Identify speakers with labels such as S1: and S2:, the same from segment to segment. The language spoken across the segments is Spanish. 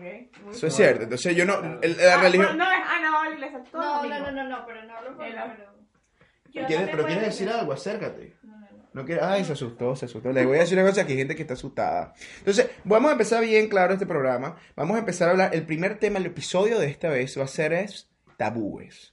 S1: Eso
S2: Muy
S1: es
S3: Bueno.
S1: cierto. Entonces yo no. el-
S2: Ah,
S1: La
S2: pero
S1: religión.
S2: No, es Ana va a la iglesia todo
S4: No,
S2: domingo.
S4: no, no, no, no, pero no hablo por
S2: Era-
S4: pero-
S2: Yo
S1: ¿Quieres-
S2: también
S1: pero
S2: voy
S1: quieres
S2: a
S1: decir
S2: la
S1: algo, acércate.
S4: No, no, no.
S1: No quiere- ay, se asustó, se asustó. Les voy a decir una cosa, que hay gente que está asustada. Entonces, vamos a empezar bien claro este programa. Vamos a empezar a hablar, el primer tema, el episodio de esta vez va a ser es tabúes.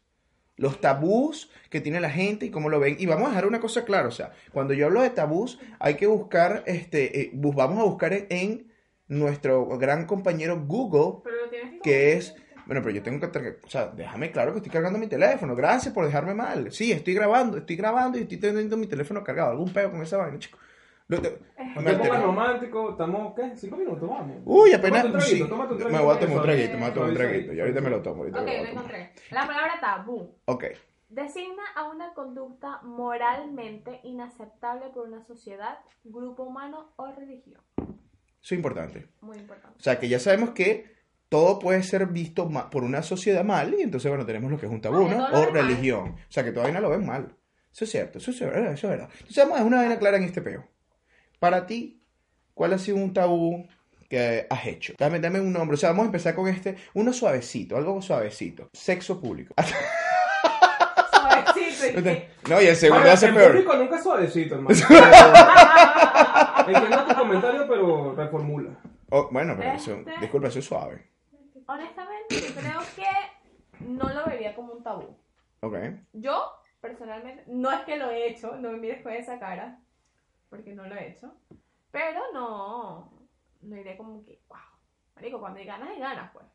S1: Los tabús que tiene la gente y cómo lo ven. Y vamos a dejar una cosa clara, o sea, cuando yo hablo de tabús, hay que buscar, este, eh, bus- vamos a buscar en, en nuestro gran compañero Google,
S2: Pero lo tienes
S1: que es... Bueno, pero yo tengo que... tra- O sea, déjame claro que estoy cargando mi teléfono. Gracias por dejarme mal. Sí, estoy grabando, estoy grabando y estoy teniendo mi teléfono cargado. Algún peo con esa vaina, chico. Lo te-
S3: No
S1: me
S3: te pongas
S1: alteré.
S3: romántico, estamos, ¿qué? Cinco minutos, vamos.
S1: Uy, apenas.
S3: Tómate un
S1: sí.
S3: traguito, tómate un traguito.
S1: Me voy a tomar un
S3: Suave,
S1: traguito, me voy a tomar un
S3: suave,
S1: traguito. Y ahorita me lo tomo. Ahorita
S2: Ok,
S1: me lo
S2: lo
S1: voy a tomar.
S2: encontré. La palabra tabú.
S1: Ok.
S2: Designa a una conducta moralmente inaceptable por una sociedad, grupo humano o religión.
S1: Eso es importante.
S2: Muy importante.
S1: O sea, que ya sabemos que todo puede ser visto ma- por una sociedad mal y entonces, bueno, tenemos lo que es un tabú,
S2: Porque
S1: ¿no?
S2: todo lo
S1: O
S2: ven mal.
S1: religión. O sea, que todavía no lo ven mal. Eso es cierto, eso es verdad, eso es verdad. Entonces, vamos a dejar una vaina clara en este peo. Para ti, ¿cuál ha sido un tabú que has hecho? Dame, dame un nombre. O sea, vamos a empezar con este, uno suavecito, algo suavecito. Sexo público.
S2: Suavecito. y que-
S1: No, y el segundo
S3: Ahora,
S1: hace
S3: en
S1: peor.
S3: público nunca es suavecito, hermano. Pero- Entiendo tu comentario, pero reformula.
S1: Oh, bueno, pero eso,
S2: Este.
S1: disculpa, eso es suave.
S2: Honestamente, yo creo que no lo vería como un tabú.
S1: Ok.
S2: Yo, personalmente, no es que lo he hecho, no me mires con esa cara, porque no lo he hecho, pero no, no iré como que, wow, marico, cuando hay ganas, hay ganas, pues.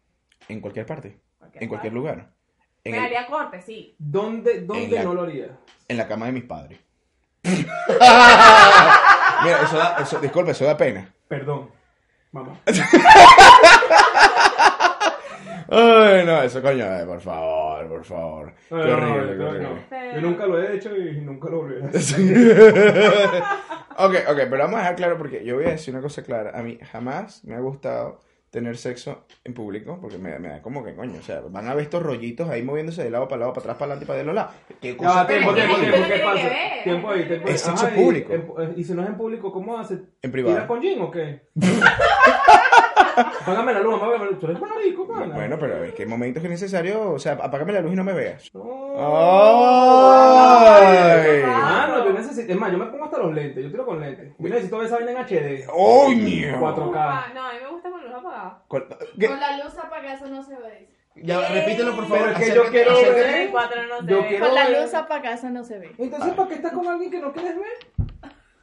S1: En cualquier parte, en cualquier lugar. En,
S2: Me
S1: el-
S2: haría corte, sí.
S3: ¿Dónde, dónde
S1: la-
S3: no lo haría?
S1: en la cama de mis padres. Mira, eso da, eso, disculpa, eso da pena.
S3: Perdón, mamá.
S1: Ay, no, eso coño, eh, por favor, por favor. Qué
S3: No, no, no,
S1: horrible, qué
S3: no,
S1: horrible.
S3: no. Yo nunca lo he hecho y nunca lo volveré a hacer.
S1: ok, ok, pero vamos a dejar claro porque yo voy a decir una cosa clara. A mí jamás me ha gustado tener sexo en público porque me, me da como que coño, o sea, van a ver estos rollitos ahí moviéndose de lado para lado, para atrás, para adelante y para del lado. ¿Qué
S3: Ya
S1: cosa
S3: va,
S1: tan
S3: tiempo,
S2: Pero
S3: tiempo,
S2: es que
S3: tiempo,
S2: la
S3: ¿qué
S2: gente lo
S3: pasa?
S2: tiene que ver.
S3: Tiempo ahí, tiempo ahí.
S1: Es sexo
S3: Ajá, y-
S1: público.
S3: en- ¿Y si no es en público, cómo hace?
S1: En
S3: ¿Tiras
S1: privado.
S3: con gin o qué? Págame la luz, págame la luz. Tú eres bonarico, pana.
S1: Bueno, pero es que hay momentos que es necesario, o sea, apágame la luz y no me veas. Ah.
S3: ¡Ay!
S1: ¡Ay!
S3: Mano, Ah, yo necesito. Es más, yo me pongo hasta los lentes. Yo tiro con lentes. Yo necesito ver esa vaina en HD.
S1: ¡Coño!
S3: 4K.
S2: Ah, no, a mí me gusta con luz apagada.
S1: ¿Cuál- qué?
S4: Con la luz apagada eso no se ve.
S1: Ya, repítelo por favor.
S3: Pero es que yo quiero
S2: El
S3: ver.
S2: 34 no se
S3: Yo
S2: ve.
S3: quiero-
S4: Con la
S3: ver.
S4: luz apagada eso no se ve.
S3: Entonces, ¿para qué estás con alguien que no quieres ver?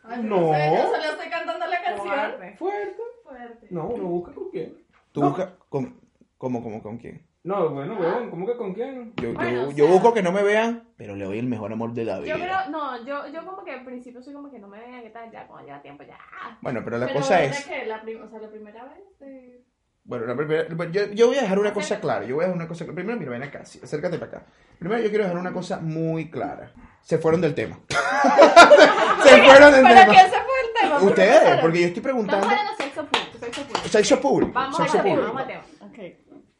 S4: Ay,
S3: No.
S4: pero Yo solo estoy cantando la canción.
S2: Cobarde.
S3: Fuerte.
S4: Fuerte.
S3: No, uno busca con quién.
S1: ¿Tú buscas con, cómo, cómo, con quién?
S3: No, bueno, weón, ¿cómo que con quién?
S1: Yo, yo-
S2: Bueno, o
S1: yo
S2: sea-
S1: busco que no me vean, pero le doy el mejor amor de la vida.
S2: Yo creo, no, yo, yo como que al principio soy como que no me vean, que tal, ya, cuando lleva tiempo, ya.
S1: Bueno, pero la
S4: Pero
S1: cosa
S4: verdad
S1: es.
S4: que la prim- o sea, la primera vez. eh,
S1: Bueno, la primera- yo, yo voy a dejar una cosa clara. Yo voy a dejar una cosa clara. Primero, mira, ven acá. sí, acércate para acá. Primero, yo quiero dejar una cosa muy clara. Se fueron del tema. se fueron del
S4: ¿Para qué
S1: tema.
S4: se fue el tema?
S1: Ustedes, porque yo estoy preguntando.
S2: Vamos a los sexo público, sexo público.
S1: Sexo público.
S2: Vamos
S1: sexo
S2: al tema,
S1: público.
S2: vamos al tema.
S4: Ok.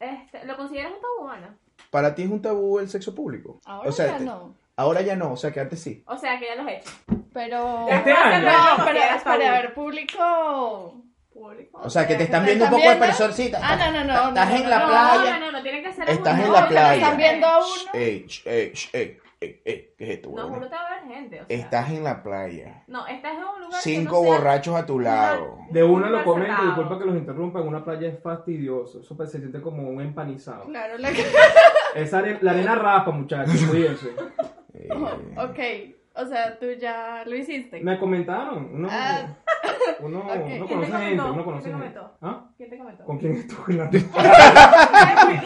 S2: Este, ¿Lo consideras un tabú, Ana?
S1: Para ti es un tabú el sexo público.
S4: Ahora
S1: O sea,
S4: ya
S1: te-
S4: no.
S1: Ahora ya no, o sea que antes sí.
S2: O sea, que ya los he hecho.
S4: Pero.
S3: Este año.
S4: No, pero
S2: Porque
S4: espera,
S2: está
S4: a ver, público.
S2: Público.
S1: O sea que te están
S4: ¿Te
S1: viendo un
S4: están
S1: poco de
S4: viendo?
S1: personcitas.
S4: Ah, no, no, no,
S1: Estás
S4: no,
S1: en
S4: no,
S1: la
S4: no,
S1: playa.
S2: No, no, no, tiene que ser
S1: Estás
S2: algún-
S1: en
S2: no,
S1: la
S2: no,
S1: playa.
S4: Están viendo a uno.
S1: Ey, sh, ey, sh, ey, ey, ey, ¿qué es esto,
S2: No,
S1: huevona?
S2: juro te va a ver gente. O sea,
S1: Estás en la playa.
S2: No, estás en un lugar. que
S1: Cinco
S2: no sea-
S1: borrachos a tu lado.
S3: De una lo
S2: Súper
S3: comento,
S2: cerrado.
S3: disculpa que los interrumpa, en una playa es fastidioso. Eso se siente como un empanizado.
S4: Claro, la que.
S3: Esa are- la arena rapa, muchachos, cuídense.
S1: Eh,
S4: Ok. O sea, tú ya lo hiciste.
S3: Me comentaron, uno,
S4: Ah.
S3: uno,
S4: Ok.
S3: uno
S4: ¿Quién
S3: conoce
S2: te
S3: gente,
S2: comentó?
S3: uno
S2: ¿Quién
S3: conoce
S2: te
S3: gente.
S2: comentó?
S3: ¿Ah?
S2: ¿Quién te comentó?
S3: ¿Con quién estuvo hablando?
S2: Ay, Muy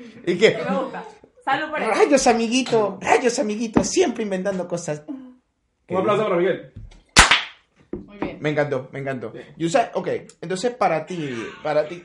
S2: bien.
S1: ¿Y qué?
S2: Sí, Me gusta. Salud por eso.
S1: Rayos, amiguito. Rayos, amiguito. Siempre inventando cosas.
S3: Un aplauso para Miguel.
S4: Muy bien.
S1: Me encantó, me encantó. Y usa- ok, entonces para ti, para ti,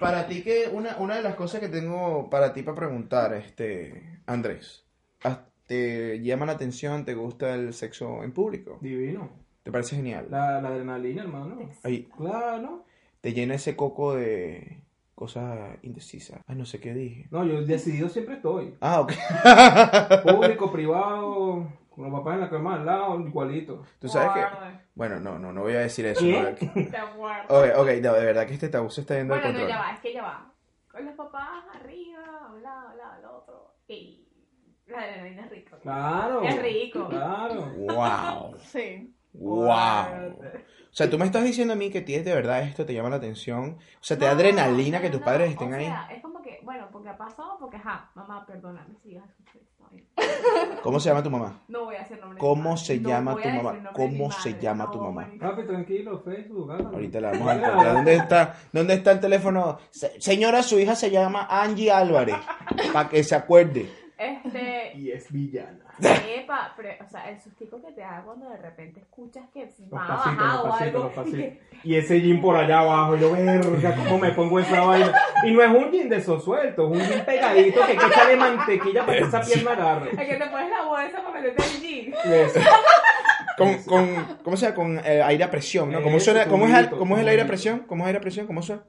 S1: para ti que una, una de las cosas que tengo para ti para preguntar, este, Andrés, ¿has- ¿te llama la atención, te gusta el sexo en público?
S3: Divino.
S1: ¿Te parece genial?
S3: La, la adrenalina, hermano.
S1: Ay,
S3: Claro.
S1: te llena ese coco de cosas indecisas. Ay, no sé qué dije.
S3: No, yo decidido siempre estoy.
S1: Ah, ok.
S3: Público, privado, con los papás en la cama al lado, igualito.
S1: ¿Tú sabes qué?
S2: Guarda.
S1: Bueno, no, no, no voy a decir eso.
S3: ¿Qué?
S1: no, ok.
S2: Te aguardo.
S1: Ok, ok, no, de verdad que este tabú se está yendo de
S2: Bueno, no,
S1: control.
S2: ya va, es que ya va. Con los papás arriba, a un lado, al lado, al otro. Y la adrenalina es rico.
S3: Claro.
S2: Es rico.
S3: Claro.
S1: Wow.
S4: Sí.
S1: Wow. O sea, tú me estás diciendo a mí que tienes de verdad esto, te llama la atención. O sea, te da adrenalina que tus padres estén ahí.
S2: Es como que, bueno, porque ha pasado, porque, ajá, mamá, perdóname si vas a escuchar esto.
S1: ¿Cómo se llama tu mamá?
S2: No voy a hacer nombre.
S1: ¿Cómo se llama tu mamá? ¿Cómo se llama
S2: Oh
S1: tu mamá? Ah,
S3: Papi, tranquilo, Facebook, hágalo.
S1: Ahorita la vamos a encontrar. ¿Dónde está, dónde está el teléfono? Se- señora, su hija se llama Angie Álvarez. Para que se acuerde.
S2: Este,
S3: Y es villana.
S2: epa, pero, o sea, el sustico que te da cuando de repente escuchas que
S3: Los
S2: va a
S3: pasitos,
S2: bajar Ah, o
S3: los pasitos,
S2: algo.
S3: los
S2: y que-
S3: pasitos. Y ese jean por allá abajo, yo verga, cómo me pongo esa vaina. Y no es un jean de esos sueltos, es un jean pegadito que hay que echarle mantequilla para que esa pierna agarre.
S2: a que te pones la bolsa para meterte el jean.
S3: Eso.
S1: Con, con, ¿Cómo se llama? Con eh, aire a presión, ¿no? ¿Cómo,
S3: Eso,
S1: suena,
S3: con
S1: cómo, es, al-
S3: grito,
S1: ¿Cómo es el
S3: con
S1: aire a
S3: grito.
S1: presión? ¿Cómo es aire a presión? ¿Cómo suena?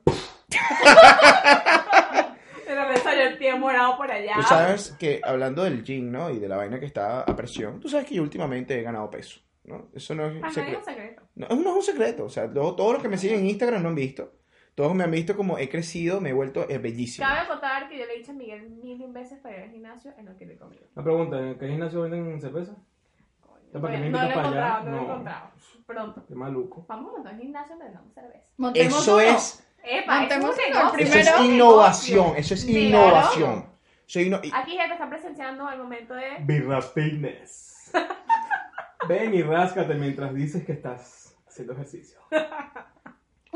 S2: el pie morado por allá.
S1: Tú sabes que hablando del gym, ¿no? Y de la vaina que está a presión, tú sabes que yo últimamente he ganado peso, ¿no? Eso no es
S2: Ah, no, es
S1: secreto.
S2: un secreto.
S1: No, no es un secreto. O sea, lo- todos los que me siguen en Instagram no han visto. Todos me han visto como he crecido, me he vuelto eh, bellísimo.
S2: Cabe acotar que yo le he dicho a Miguel mil y un veces para ir al gimnasio y no quiere ir conmigo.
S3: Una pregunta, ¿en qué gimnasio venden cerveza?
S2: No,
S3: No,
S2: no lo
S3: para
S2: he
S3: que me invitas
S2: encontrado,
S3: para allá.
S2: no lo he
S3: No.
S2: encontrado. Pronto.
S3: Qué maluco.
S2: Vamos a montar un gimnasio y vendamos cerveza.
S4: Montemos
S1: Eso
S4: uno.
S1: es,
S2: Epa, es un
S4: Montemos en el
S2: negocio.
S1: eso es
S4: Primero,
S1: innovación. Eso es
S2: Claro.
S1: innovación. Soy inno- y-
S2: Aquí ya te están presenciando al momento de...
S3: Birras Fitness. Ven y ráscate mientras dices que estás haciendo ejercicio.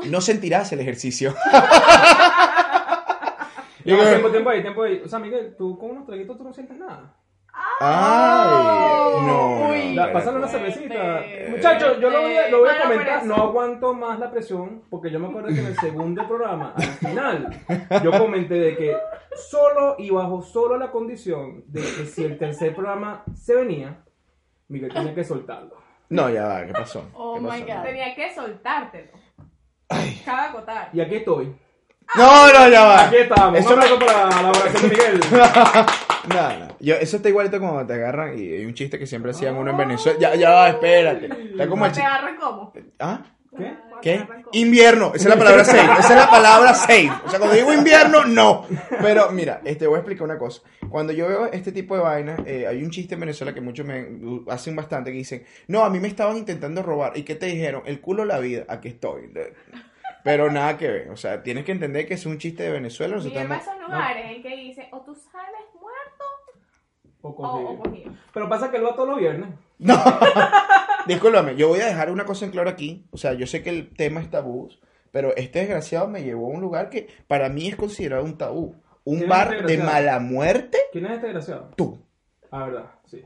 S1: no sentirás el ejercicio.
S3: Yo no, tiempo, tiempo ahí, tiempo ahí. O sea, Miguel, tú con unos traguitos tú no sientes nada.
S1: Ay, no.
S4: Ah. Uy.
S1: no,
S3: La-
S1: espérate.
S3: Pásale una
S4: Fuerte.
S3: cervecita. Muchachos, yo lo voy a, lo voy a
S2: Bueno,
S3: comentar.
S2: pero-
S3: No aguanto más la presión porque yo me acuerdo que en el segundo programa, al final, yo comenté de que solo y bajo solo la condición de que si el tercer programa se venía, Miguel tenía que soltarlo.
S1: No, ya va, ¿qué pasó?
S4: Oh
S1: ¿Qué
S4: my
S1: pasó?
S4: God.
S2: Tenía que soltártelo. Cabe acotar.
S3: Y aquí estoy.
S1: No, no, ya va.
S3: Aquí estamos. Un
S1: Eso
S3: aplauso para la oración de Miguel.
S1: No, no. Yo, eso está igualito como te agarran y hay un chiste que siempre hacían uno en Venezuela. Ya, ya va, espérate. Está como el
S2: ¿Te
S1: chiste.
S2: agarran cómo?
S1: ¿Ah?
S3: ¿Qué?
S2: ¿Te
S1: ¿Qué?
S2: agarran cómo?
S1: Invierno. Esa es la palabra safe. Esa es la palabra safe. O sea, cuando digo invierno, no. Pero mira, este, voy a explicar una cosa. Cuando yo veo este tipo de vainas, eh, hay un chiste en Venezuela que muchos me uh, hacen bastante que dicen, no, a mí me estaban intentando robar. ¿Y qué te dijeron? El culo la vida. Aquí estoy. Pero nada que ver. O sea, tienes que entender que es un chiste de Venezuela.
S2: Miguel
S1: Nosotros
S2: va a
S1: estamos-
S2: esos lugares en que dice, o tú sales muerto
S3: O
S2: o, Oh, o
S3: cogido.
S2: cogido.
S3: Pero pasa que él va todos los viernes.
S1: Discúlpame, yo voy a dejar una cosa en claro aquí. O sea, yo sé que el tema es tabú, pero este desgraciado me llevó a un lugar que para mí es considerado un tabú. Un
S3: ¿Quién es
S1: bar
S3: este
S1: de
S3: desgraciado?
S1: mala muerte,
S3: ¿Quién es este desgraciado?
S1: tú.
S3: Ah, verdad, sí.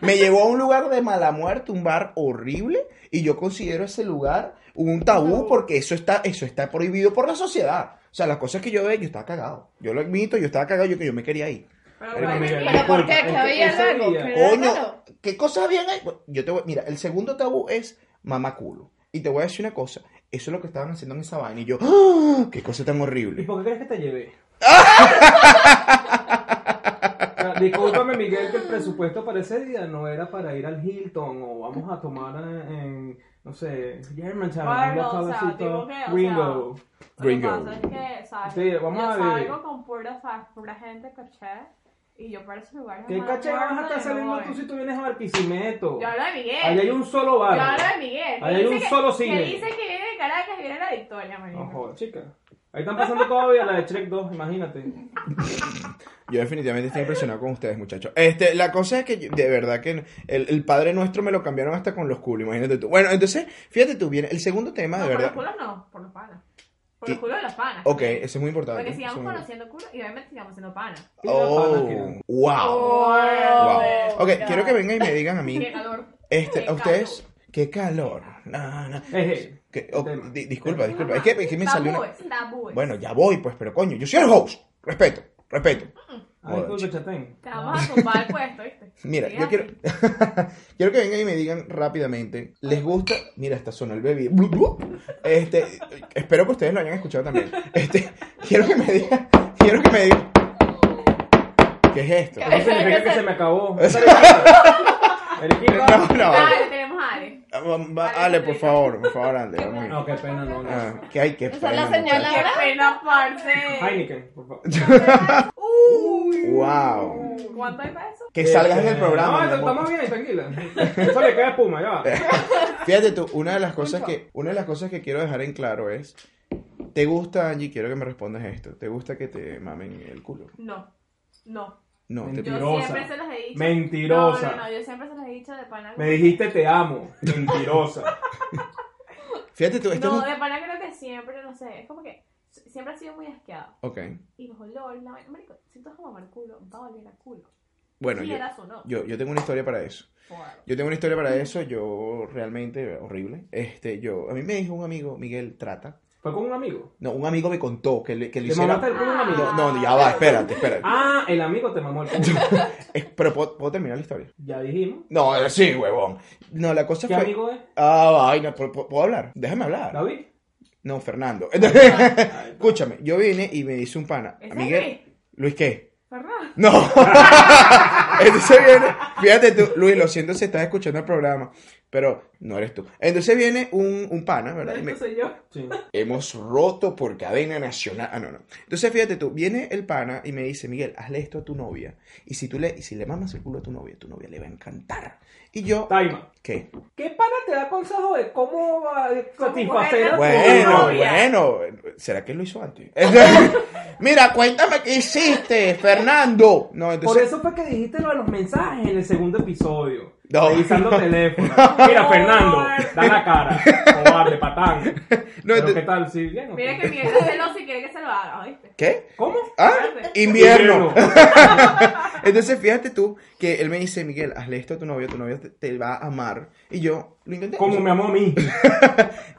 S1: Me llevó a un lugar de mala muerte, un bar horrible, y yo considero ese lugar un tabú porque eso está, eso está prohibido por la sociedad. O sea, las cosas que yo veo, yo estaba cagado. Yo lo admito, yo estaba cagado, yo que yo me quería ir.
S2: Pero
S3: Pero
S2: bueno,
S3: Miguel,
S2: mira,
S4: Pero ¿por
S3: Disculpa,
S4: qué?
S3: es
S4: ¿Qué
S3: que
S4: había
S3: ese
S4: algo?
S3: día-
S4: ¿Qué
S1: Coño,
S4: raro?
S1: ¿qué cosas habían ahí? Bueno, Yo te voy, mira, el segundo tabú es mamaculo. Y te voy a decir una cosa. Eso es lo que estaban haciendo en esa vaina. Y yo, ¡ah! ¡qué cosa tan
S3: ¿Y
S1: horrible!
S3: por qué crees que te llevé? Ah, Discúlpame, Miguel, que el presupuesto para ese día no era para ir al Hilton o vamos a tomar en, en, no sé, Germantown,
S2: Bueno,
S3: una
S2: o sea,
S3: chavacita,
S2: tipo que, o
S3: Ringo.
S2: Lo que
S1: Gringo.
S2: pasa es que, ¿sabes?
S3: Sí, vamos
S2: yo
S3: a ver.
S2: salgo con pura, ¿sabes? pura gente caché y yo para esos lugares.
S3: ¿Qué
S2: más
S3: caché vas a estar
S2: fuertes,
S3: saliendo
S2: no
S3: tú
S2: voy.
S3: si tú vienes a Barquisimeto?
S2: Yo hablo de Miguel.
S3: Ahí hay un solo
S2: Yo
S3: bar.
S2: hablo de Miguel.
S3: Ahí
S2: que
S3: hay un
S2: dice que-
S3: solo cine.
S2: Que dice que viene de Caracas y viene de la Victoria, marico.
S3: No jodas, chica. Ahí están pasando todavía la de Trek 2, imagínate.
S1: Yo definitivamente estoy impresionado con ustedes, muchachos. Este, la cosa es que yo- de verdad que el, el padre nuestro me lo cambiaron hasta con los culos, imagínate tú. Bueno, entonces, fíjate tú, viene el segundo tema,
S2: No,
S1: de
S2: por los
S1: verdad.
S2: culos no, por los panas. Por
S1: ¿Qué?
S2: los culos de los panas.
S1: Ok, eso es muy importante.
S2: Porque
S1: eso
S2: sigamos
S1: es muy-
S2: conociendo culos y obviamente sigamos siendo panas.
S3: Y la pana
S1: Oh,
S3: que-
S1: wow.
S4: Oh,
S1: wow. Ok,
S4: God.
S1: quiero que vengan y me digan a mí,
S2: Qué calor.
S1: este,
S2: Qué
S1: a ustedes, qué calor. No, no.
S3: Eje.
S1: Que- oh,
S3: Eh, Tema.
S1: di- disculpa, disculpa. Es que, es que me salió una...
S2: Tabúes, tabúes.
S1: Bueno, ya voy, pues, pero coño, yo soy el host. Respeto, respeto.
S3: Ay, disculpe, chatén.
S2: Te vamos a tumbar el puesto, ¿viste?
S1: Mira,
S2: Sí,
S1: yo quiero...
S2: así.
S1: quiero que vengan y me digan rápidamente, ¿les gusta? Mira, hasta sonó el bebé. Blu, blu. Este, espero que ustedes lo hayan escuchado también. Este, quiero que me digan, quiero que me digan... ¿Qué es esto?
S3: Eso significa que se me acabó. Eriquita.
S1: No, no.
S2: Dale, Ah, tenemos a Ale.
S1: Va- va- Ale, por favor, por favor, Ale. vamos.
S3: No, qué pena, no, no.
S1: Ah, ¿Qué hay que
S4: Esa es la señora.
S2: Qué pena, parce.
S3: Heineken, por favor.
S1: Wow.
S2: ¿Cuánto hay para eso?
S1: Que salgas del programa. mi
S3: Eh, No,
S1: amor.
S3: estamos bien, tranquila. Eso le cae espuma, ya va.
S1: Fíjate tú, una de las cosas que una de las cosas que quiero dejar en claro es ¿Te gusta, Angie? Quiero que me respondas esto. ¿Te gusta que te mamen el culo?
S2: No, no.
S1: No, te-
S3: Mentira.
S2: Yo
S3: Mentirosa.
S2: siempre se los he dicho.
S3: Mentirosa.
S2: No, no, no, yo siempre se los he dicho de pana.
S3: Me dijiste te amo, mentirosa.
S1: fíjate tú, este
S2: no,
S3: eh.
S1: es un-
S2: de pana creo que siempre, no sé, es como que s- siempre ha sido muy asqueado.
S1: Ok.
S2: Y los olores, la vaina, marico, si tú vas a mamar culo, va a oler a culo.
S1: Bueno, yo,
S2: Quieras o no.
S1: yo, yo tengo una historia para eso.
S2: Joder.
S1: Yo tengo una historia para eso, yo realmente horrible. Este, yo a mí me dijo un amigo, Miguel Trata.
S3: ¿Fue con un amigo?
S1: No, un amigo me contó que le, que le
S3: ¿Te
S1: hiciera
S3: mamaste el culo a un amigo?
S1: Ah, No, no, ya va, espérate, espérate.
S3: Ah, el amigo te mamó el culo.
S1: Es- pero ¿puedo, puedo terminar la historia.
S3: Ya dijimos.
S1: No, eh, sí, huevón. No, la cosa
S3: ¿Qué
S1: fue
S3: amigo es?
S1: Ah, vaina, ¿puedo, puedo- puedo hablar? Déjame hablar.
S3: ¿David?
S1: No, Fernando. Escúchame, yo vine y me dice un pana.
S2: ¿Ese
S1: Miguel,
S2: es
S1: Luis, ¿qué?
S2: Ferraz.
S1: No. Entonces viene, fíjate tú, Luis, lo siento si estás escuchando el programa, pero no eres tú. Entonces viene un, un pana, ¿verdad? Y me-
S2: Esto soy yo.
S3: Sí.
S1: hemos roto por cadena nacional. Ah, no, no. Entonces, fíjate tú, viene el pana y me dice, Miguel, hazle esto a tu novia. Y si tú le, y si le mamas el culo a tu novia, tu novia le va a encantar. Y yo,
S3: Taima.
S1: ¿qué?
S3: ¿Qué pana te da consejo de cómo eh,
S2: Como
S3: satisfacer a tu
S1: Bueno,
S3: novia?
S1: bueno, ¿será que lo hizo antes? Mira, cuéntame qué hiciste, Fernando. No,
S3: Por
S1: entonces,
S3: eso fue que dijiste lo de los mensajes en el segundo episodio.
S1: No.
S3: Revisando teléfono. Mira, Fernando, da la cara. Cobarde, patán. Pero
S1: ent-
S3: ¿qué tal? ¿Sí? ¿Bien? o
S2: Mira
S3: qué?
S2: que Miguel es celoso y quiere que se lo haga, ¿oíste?
S1: ¿qué?
S3: ¿Cómo?
S1: Ah, invierno. Entonces, fíjate tú que él me dice, Miguel, hazle esto a tu novia, tu novia te, te va a amar. Y yo lo intenté.
S3: Como me amó a mí.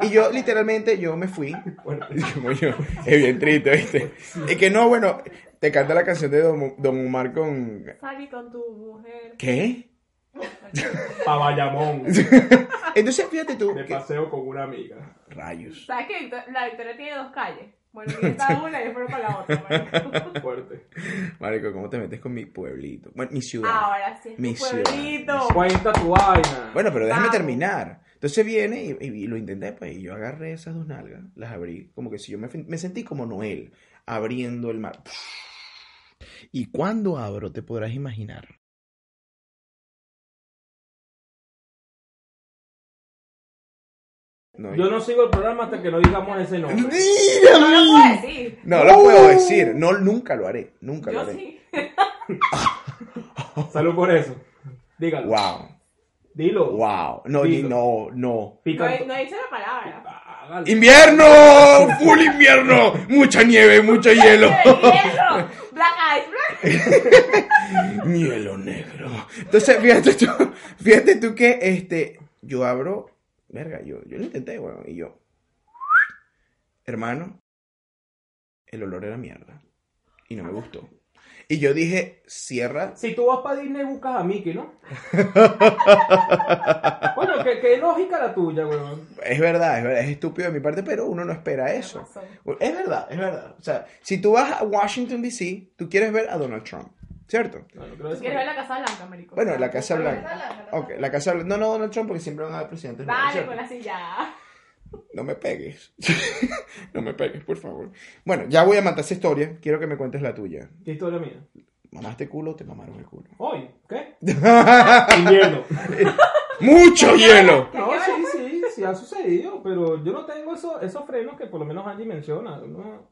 S1: Y yo literalmente yo me fui.
S3: Bueno,
S1: Coño, es bien triste, ¿viste? Es que no, bueno, te canta la canción de Don, Don Omar con...
S2: Salí con tu mujer.
S1: ¿Qué?
S3: pa' Bayamón.
S1: Entonces, fíjate tú.
S3: De
S1: que-
S3: paseo con una amiga.
S1: Rayos.
S2: ¿Sabes que Victor- la Victoria tiene dos calles? Bueno, Miguel está en una y yo fuera para la otra. marico.
S3: Fuerte.
S1: Marico, ¿cómo te metes con mi pueblito? Bueno, mi ciudad.
S3: Ah,
S2: Ahora sí, es
S1: Mi
S2: tu
S1: ciudad,
S2: pueblito.
S3: Cuenta tu vaina.
S1: Bueno, pero déjame
S2: Vamos.
S1: terminar. Entonces viene y, y- y lo intenté, pues, y yo agarré esas dos nalgas, las abrí, como que si yo me, fin- me sentí como Noel, abriendo el mar. Y cuando abro, te podrás imaginar. No,
S3: Yo no sigo el programa hasta que no digamos ese nombre.
S1: ¡Mira,
S2: No lo
S1: Luis!
S2: puedo decir.
S1: No lo puedo decir, no, nunca lo haré, nunca lo
S2: Yo
S1: haré.
S2: sí.
S3: Salud por eso. Dígalo.
S1: Wow,
S3: Dilo.
S1: wow, no, ni-
S3: Dilo.
S1: no, no.
S2: No,
S3: Pica.
S2: he- no he dicho la palabra.
S3: Hágale.
S1: ¡Invierno! ¡Full invierno! Mucha nieve, mucho hielo.
S2: ¡Hielo! ¡Black Eyes! Black
S1: Hielo negro. Entonces, fíjate tú, fíjate tú que este, yo abro, verga, yo, yo lo intenté, bueno, y yo, hermano, el olor era mierda. Y no me gustó. Y yo dije, cierra.
S3: Si tú vas para Disney, buscas a Mickey, ¿no? bueno, qué, qué lógica la tuya, weón.
S1: Es verdad, es verdad, es estúpido de mi parte, pero uno no espera eso.
S2: razón.
S1: Es verdad, es verdad. O sea, si tú vas a Washington, D.C., tú quieres ver a Donald Trump, ¿cierto?
S3: No, no creo
S2: Eyes.
S3: eso.
S2: Quiero ver la Casa Blanca, marico.
S1: Bueno, la Casa
S2: Quiero ver
S1: Blanca.
S2: la Casa Blanca.
S1: Ok, la Casa Blanca. No, no, Donald Trump, porque siempre van a haber presidentes. nuevos,
S2: Dale pues,
S1: ¿cierto?
S2: con la silla.
S1: No me pegues. no me pegues, por favor. Bueno, ya voy a matar esa historia. Quiero que me cuentes la tuya.
S3: ¿Qué historia mía?
S1: ¿Mamaste culo o te mamaron el culo?
S3: Hoy, ¿qué? Invierno.
S1: ¡Mucho hielo!
S3: No, sí, sí, sí ha sucedido, pero yo no tengo eso- esos frenos que por lo menos Angie menciona. ¿no?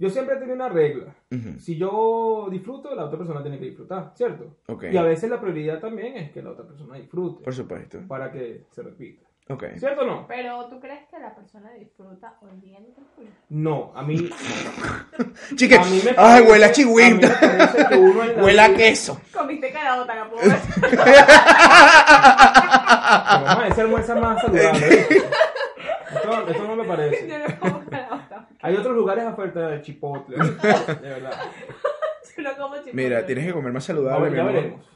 S3: Yo siempre he tenido una regla.
S1: Ujú.
S3: Si yo disfruto, la otra persona tiene que disfrutar, ¿cierto?
S1: Ok.
S3: Y a veces la prioridad también es que la otra persona disfrute
S1: Por Eh. supuesto.
S3: para que se repita.
S1: Ok.
S3: ¿Cierto o no?
S2: Pero, ¿tú crees que la persona disfruta oliendo el culo?
S3: No, a mí...
S1: Chique,
S3: A mí me
S1: ¡ay,
S3: parece-
S1: huele a
S3: a mí me parece
S1: chigüita!
S3: que uno en la
S1: ¡Huele a
S3: vida-
S1: queso!
S2: Comiste carota, capaz.
S3: Pero, mamá, esa almuerza es más saludable. ¿viste? Esto, esto no me
S2: Yo
S3: parece.
S2: no como carota.
S3: Hay otros lugares afuera de Chipotle. ¿viste? De verdad.
S2: Yo no como chipotle.
S1: Mira, tienes que comer más
S3: A
S1: saludable.
S3: ver, ya
S1: mi amor.
S3: veremos.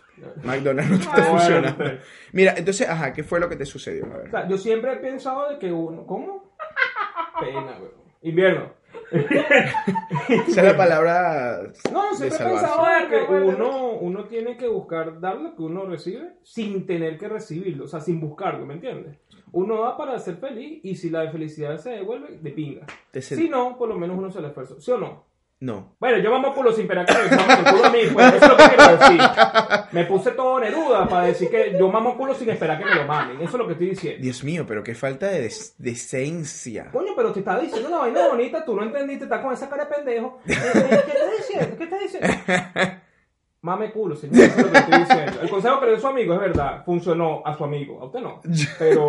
S1: McDonald's no está
S3: Bueno,
S1: funcionando.
S3: pues.
S1: Mira, entonces, ajá, ¿qué fue lo que te sucedió? A
S3: O
S1: ver.
S3: sea, yo siempre he pensado de que uno... ¿Cómo? Pena, güey. Invierno.
S1: Esa es la palabra
S3: No,
S1: de
S3: siempre he
S1: salvarse.
S3: pensado de que
S2: Bueno, bueno.
S3: uno, uno tiene que buscar dar lo que uno recibe sin tener que recibirlo, o sea, sin buscarlo, ¿me entiendes? Uno da para ser feliz y si la felicidad se devuelve, de pinga.
S1: Te sen-
S3: Si no, por lo menos uno se le esfuerzo, ¿sí o no?
S1: No.
S3: Bueno, yo vamos por los imperativos, vamos por culo a mí, pues eso es lo que quiero decir. Me puse todo oreduda para decir que yo mamo culo sin esperar que me lo mamen, eso es lo que estoy diciendo.
S1: Dios mío, pero qué falta de des- decencia.
S3: Coño, pero te estaba diciendo una vaina bonita, tú no entendiste, estás con esa cara de pendejo. Eh, eh, ¿Qué estás diciendo? ¿Qué estás diciendo? Mame culo, señor, eso es lo que estoy diciendo. El consejo que le dio su amigo es verdad, funcionó a su amigo, a usted no. Pero,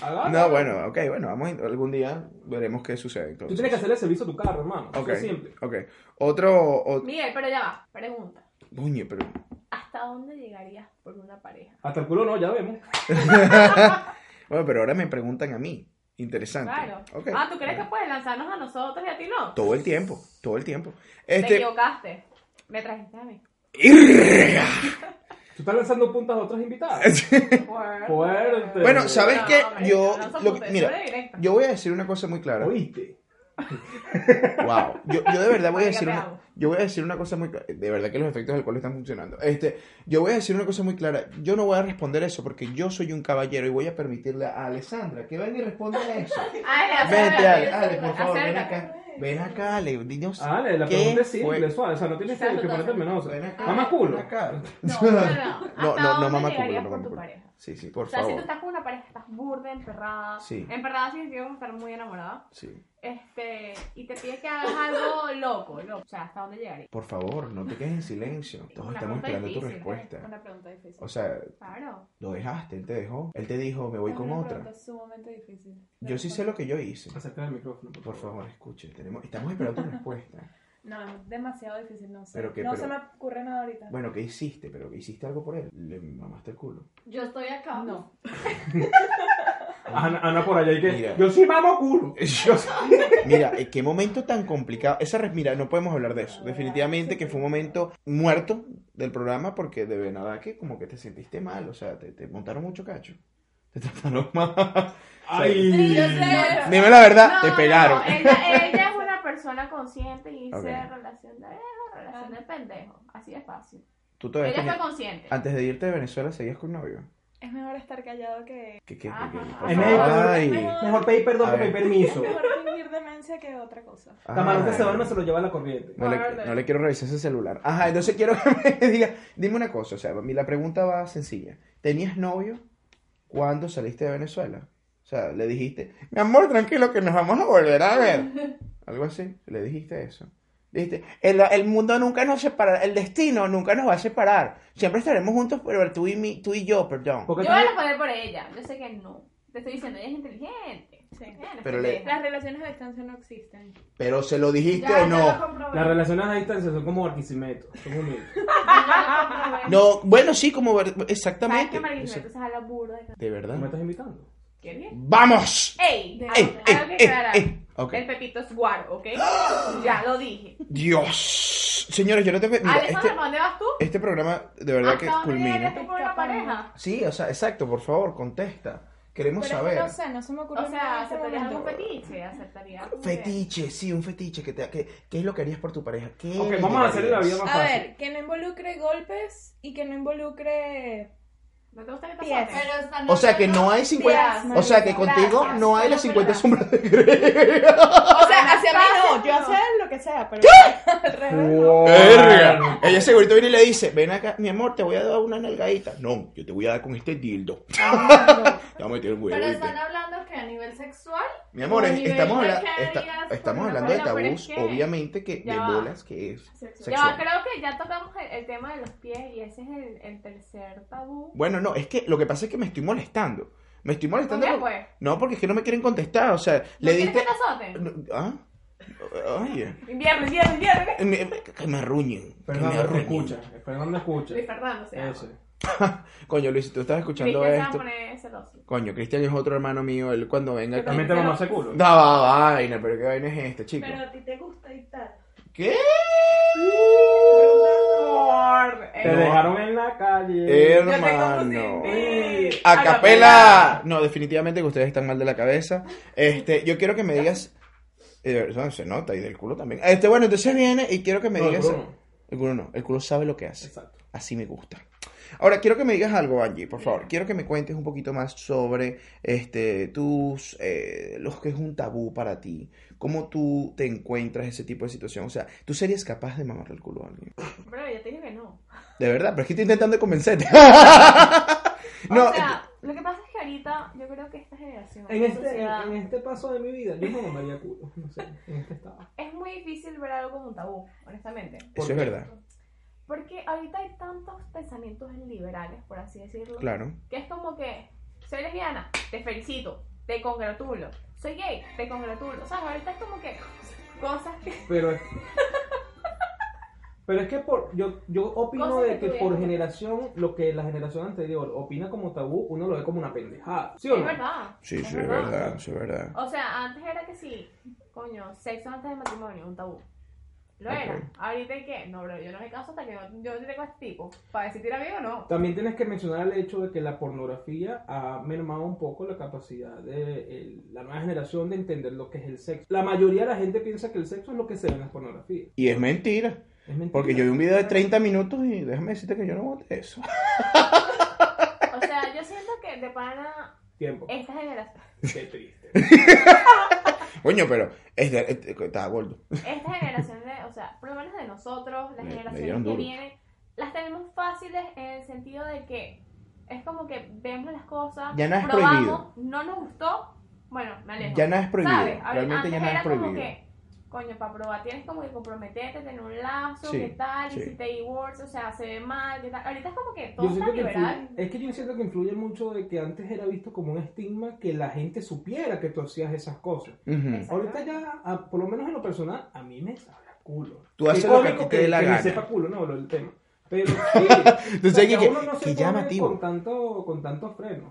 S3: haga-
S1: No, bueno, ok, bueno, vamos, a- algún día veremos qué sucede.
S3: Tú
S1: Entonces.
S3: tienes que hacerle servicio a tu carro, hermano. Eso
S1: Ok,
S3: es simple.
S1: ok. Otro, o-
S2: Miguel, pero ya va. Pregunta.
S1: Coño, pero...
S2: ¿Hasta dónde llegarías por una pareja?
S3: Hasta el culo no, ya vemos.
S1: Bueno, pero ahora me preguntan a mí. Interesante.
S2: Claro.
S1: Ok.
S2: Ah, ¿tú crees que puedes lanzarnos a nosotros y a ti no?
S1: Todo el tiempo, todo el tiempo.
S2: Te
S1: Este...
S2: equivocaste. Me trajiste a mí.
S3: Tú estás lanzando puntas a otras invitadas.
S2: Fuerte.
S3: Fuerte.
S1: Bueno, ¿sabes
S2: No,
S1: qué?
S2: marico,
S1: Yo...
S2: no somos
S1: lo que-
S2: de-
S1: mira,
S2: soy directa.
S1: yo voy a decir una cosa muy clara.
S3: ¿Oíste?
S1: Wow. Yo, yo de verdad voy a
S2: Marica,
S1: decir
S2: te
S1: una,
S2: amo.
S1: yo voy a decir una cosa muy clara. De verdad que los efectos del alcohol están funcionando. Este, yo voy a decir una cosa muy clara. Yo no voy a responder eso porque yo soy un caballero y voy a permitirle a Alessandra que venga y responda a eso.
S2: Ale,
S1: Vente,
S2: acércate,
S1: Ale, Ale, por favor, ven
S2: acércate.
S1: acá. Ven acá, Ale. Dinos.
S3: Ale, la
S1: ¿qué
S3: pregunta es
S1: fue?
S3: simple, suave. O sea, no tienes que,
S4: Exacto,
S3: que ponerte
S4: exacto.
S3: menosa.
S1: Ven acá.
S3: Mamá culo.
S1: Ven acá.
S2: No, no, no.
S1: No,
S2: Ah, ¿Hasta
S1: no, no,
S2: dónde
S1: mamá culo, no,
S2: llegarías por
S1: mamá
S2: tu
S1: culo.
S2: pareja?
S1: Sí, sí, por
S2: O sea, si tú
S1: favor.
S2: estás con una pareja, estás burda, emperrada.
S1: Sí.
S2: Emperrada significa como estar muy enamorada.
S1: Sí.
S2: Este, y te pide que hagas algo loco, loco. O sea, ¿hasta dónde llegaría?
S1: Por favor, no te quedes en silencio. Todos
S2: Una
S1: estamos
S2: pregunta
S1: esperando tu
S2: difícil, ¿eh? pues,
S1: respuesta.
S4: Una pregunta difícil.
S1: O sea,
S2: Claro.
S1: lo dejaste, él te dejó. Él te dijo, me voy
S4: Es
S1: con
S4: una
S1: otra.
S4: pregunta sumamente difícil.
S1: Yo sí sé lo que yo hice.
S3: Acerca del micrófono.
S1: Por favor, escuche. Tenemos, estamos esperando tu respuesta.
S4: No, es demasiado difícil, no sé.
S1: Pero que-
S4: no
S1: pero-
S4: se me ocurre nada ahorita.
S1: Bueno, ¿qué hiciste? ¿Pero que hiciste algo por él? Le mamaste el culo.
S4: Yo estoy acá. No.
S3: Ana, Ana por allá y que.
S1: Mira.
S3: Yo sí mamo culo.
S1: Yo- mira, eh, qué momento tan complicado. Esa res- mira, no podemos hablar de eso. Definitivamente que fue un momento muerto del programa porque de verdad que como que te sentiste mal. O sea, te, te montaron mucho cacho. Te trataron mal.
S3: Ay.
S2: Sí, yo sé.
S1: Dime la verdad,
S2: No,
S1: te
S2: no,
S1: pegaron.
S2: no, ella, ella es una persona consciente y dice
S1: Ok.
S2: relación de relación de pendejo. Así de fácil.
S1: Tú todavía
S2: ella
S1: tenías-
S2: fue consciente.
S1: Antes de irte de Venezuela seguías con novio.
S4: Es mejor estar callado que.
S1: ¿Qué, qué, qué,
S2: Ajá.
S1: qué?
S2: Por
S3: Es mejor,
S1: Ay.
S3: mejor pedir perdón
S1: A
S3: que
S1: ver. Ah,
S3: pedir permiso.
S4: Mejor fingir demencia que otra cosa.
S3: Camarón que
S1: Ay.
S3: se duerme se lo lleva a la corriente.
S1: No le, no le quiero revisar ese celular. Ajá, entonces quiero que me diga, dime una cosa, o sea, mi- la pregunta va sencilla. ¿Tenías novio cuando saliste de Venezuela? O sea, le dijiste, mi amor, tranquilo que nos vamos a volver a ver. Algo así, le dijiste eso. Dijiste, el, el mundo nunca nos separará, el destino nunca nos va a separar. Siempre estaremos juntos, pero tú y, mí- tú y yo, perdón.
S3: Porque
S2: Yo voy a
S3: también-
S2: responder por ella. Yo sé que no. Te estoy diciendo, ella es inteligente.
S4: Sí.
S2: Ella no es
S1: Pero le-
S2: pendeja.
S4: Las relaciones a distancia no existen.
S1: Pero se lo dijiste
S2: Ya,
S1: o
S2: ya
S1: no.
S2: lo comprobé.
S3: las relaciones a distancia son como barquisimeto. Son humildes.
S2: Ya
S4: Ah,
S2: lo comprobé.
S1: No, bueno, sí, como ver-
S2: Ah, ¿Sabes
S1: exactamente.
S2: qué, Marisa?
S1: Exact-
S2: Entonces habla burda. y
S1: De
S2: no-
S3: ¿Tú me
S1: verdad.
S3: estás invitando?
S2: ¿Qué bien?
S1: ¡Vamos! Eh,
S2: ¡Ey!
S1: ¡Ey, ey,
S2: Algo que
S1: ey,
S2: aclarar.
S1: ey! Ok.
S2: El Pepito es guaro, ¿ok? ya lo dije.
S1: Dios. Señores, yo no tengo. Mira,
S2: Alejandra,
S1: este,
S2: ¿para dónde vas tú?
S1: este programa de verdad que
S2: ¿Hasta dónde llegarías
S1: culmina.
S2: tú por una pareja?
S1: Sí, o sea, exacto, por favor, contesta. Queremos
S4: Pero es que
S1: saber.
S4: no sé, no se me ocurre
S2: O sea,
S4: nada en ese
S2: ¿aceptarías algún
S4: momento.
S2: fetiche? ¿Aceptarías algún
S1: Fetiche, sí, un fetiche. Que te, que, ¿Qué es lo que harías por tu pareja? ¿Qué
S3: Ok,
S1: le
S3: vamos a hacerle la vida
S1: llegarías?
S3: más
S4: A
S3: fácil.
S4: ver, que no involucre golpes y que no involucre.
S2: ¿No te gusta que te
S4: Pies.
S2: azoten?
S1: O sea, que no hay 50.
S2: Gracias,
S1: o sea, que
S2: Marisa,
S1: contigo
S2: gracias.
S1: no hay las 50 sombras de Grey.
S4: O sea, hacia mí no, yo hacia él lo que sea, pero. al revés, no.
S1: Verga. Ella segurito viene y le dice: Ven acá, mi amor, te voy a dar una nalgadita. No, yo te voy a dar con este dildo. Ya me tiene un huevo,
S5: Pero
S1: ¿viste?
S5: están hablando que a nivel sexual.
S1: Mi amor,
S5: Como
S1: es-
S5: nivel
S1: estamos,
S5: de
S1: habla-
S5: que
S1: esta-
S5: harías
S1: estamos
S5: con una
S1: hablando de
S2: persona, pero
S1: tabús,
S2: es que-
S1: obviamente que de
S2: Ya va.
S1: bolas que es
S2: Ya, va,
S1: sexual.
S2: creo que ya tocamos el, el tema de los pies y ese es el, el tercer tabú.
S1: Bueno, no, es que lo que pasa es que me estoy molestando. Me estoy
S2: ¿Por
S1: molestando.
S2: qué,
S1: por-
S2: pues?
S1: No, porque es que no me quieren contestar. O sea,
S2: ¿No
S1: le
S2: quieres
S1: diste.
S2: que te azoten?
S1: No, ¿Ah? Oye. Eh,
S2: Invierno, invierno, invierno.
S1: me- Que me arruñen. Que me
S3: Fernando, te
S1: arruñen.
S3: escucha. Fernando, escucha.
S2: Luis Fernando se llama.
S3: Eso.
S1: Coño, Luis, si tú estás escuchando
S2: Cristian se va a
S1: esto.
S2: poner celoso.
S1: Coño, Cristian es otro hermano mío. Él cuando venga aquí.
S3: También te mamás el culo.
S1: No, va, vaina, pero qué vaina es esta, chico.
S4: Pero a ti te gusta y tal.
S1: ¿Qué?
S2: Por-
S3: Te
S2: eh,
S3: dejaron en la
S1: Eh,
S3: calle.
S1: Hermano.
S3: Sí.
S1: A capela. No, definitivamente que ustedes están mal de la cabeza. Este, yo quiero que me digas. eh, no, se nota y del culo también. Este, bueno, entonces viene y quiero que me
S3: No, el
S1: digas.
S3: culo no.
S1: El culo no, el culo sabe lo que hace.
S3: Exacto.
S1: Así me gusta. Ahora, quiero que me digas algo, Angie, por favor. Quiero que me cuentes un poquito más sobre este, tus, eh, lo que es un tabú para ti. ¿Cómo tú te encuentras ese tipo de situación? O sea, ¿tú serías capaz de mamarle el culo a alguien?
S2: Pero ya te dije que no.
S1: De verdad, pero es que estoy intentando convencerte.
S2: O
S1: no,
S2: sea, lo que pasa es que ahorita yo creo que esta generación,
S3: En
S2: esta
S3: este, en,
S2: sociedad,
S3: en este paso de mi vida, yo no mamaría culo. No sé, en este estado.
S2: es muy difícil ver algo como un tabú, honestamente.
S1: eso es verdad.
S2: Porque ahorita hay tantos pensamientos liberales, por así decirlo,
S1: Claro.
S2: que es como que soy lesbiana, te felicito, te congratulo, soy gay, te congratulo. O sea, ahorita es como que cosas que...
S3: Pero es. Pero es que por, yo, yo opino
S2: Cosas
S3: de
S2: que
S3: que
S2: tuvieron.
S3: por generación, lo que la generación anterior opina como tabú, uno lo ve como una pendejada. ¿Sí o
S2: es
S3: no?
S2: verdad.
S1: Sí, sí, es verdad, sí, es verdad.
S2: O sea, antes era que sí, coño, sexo antes del matrimonio, un tabú. Lo era. Ahorita hay que. No, bro, yo no me caso hasta que no, yo no tengo este tipo. Para decirte a mí o no.
S3: También tienes que mencionar el hecho de que la pornografía ha mermado un poco la capacidad de el- la nueva generación de entender lo que es el sexo. La mayoría de la gente piensa que el sexo es lo que se ve en la pornografía.
S1: Y es mentira.
S3: Es mentira.
S1: Porque yo vi un video de 30 minutos y déjame decirte que yo no voté eso.
S2: O sea, yo siento que de pana.
S3: Tiempo.
S2: Esta generación.
S3: Qué triste.
S1: Coño, pero este, este- estaba gordo.
S2: Esta generación de. O sea, por lo menos de nosotros,
S1: Me-
S2: las
S1: me
S2: generaciones
S1: dieron
S2: que
S1: duro.
S2: vienen, las tenemos fáciles en el sentido de que. Es como que vemos las cosas.
S1: Ya no es
S2: probamos, No nos gustó. Bueno, me alejo.
S1: Ya nada es prohibido.
S2: ¿Sabes? Ahorita-
S1: Realmente ya
S2: antes
S1: nada es
S2: era como
S1: prohibido.
S2: que, coño, para probar tienes como que comprometerte, tener un lazo,
S1: Sí,
S2: qué tal,
S1: sí.
S2: y si te divorcias, o sea, se ve mal, qué tal. Ahorita es como que todo
S3: Yo
S2: está
S3: siento que influye,
S2: liberal.
S3: es que yo siento que influye mucho de que antes era visto como un estigma que la gente supiera que tú hacías esas cosas.
S1: Ujú.
S3: Ahorita ya, a- por lo menos en lo personal, a mí me sabe a culo.
S1: Tú
S3: Qué
S1: haces lo que a
S3: cómico
S1: ti te dé la
S3: que me
S1: gana.
S3: sepa culo, no, lo del tema. Pero sí, o sea,
S1: Entonces,
S3: que
S1: que-
S3: uno no se
S1: que
S3: pone
S1: llamativo.
S3: Con tanto, con tantos frenos.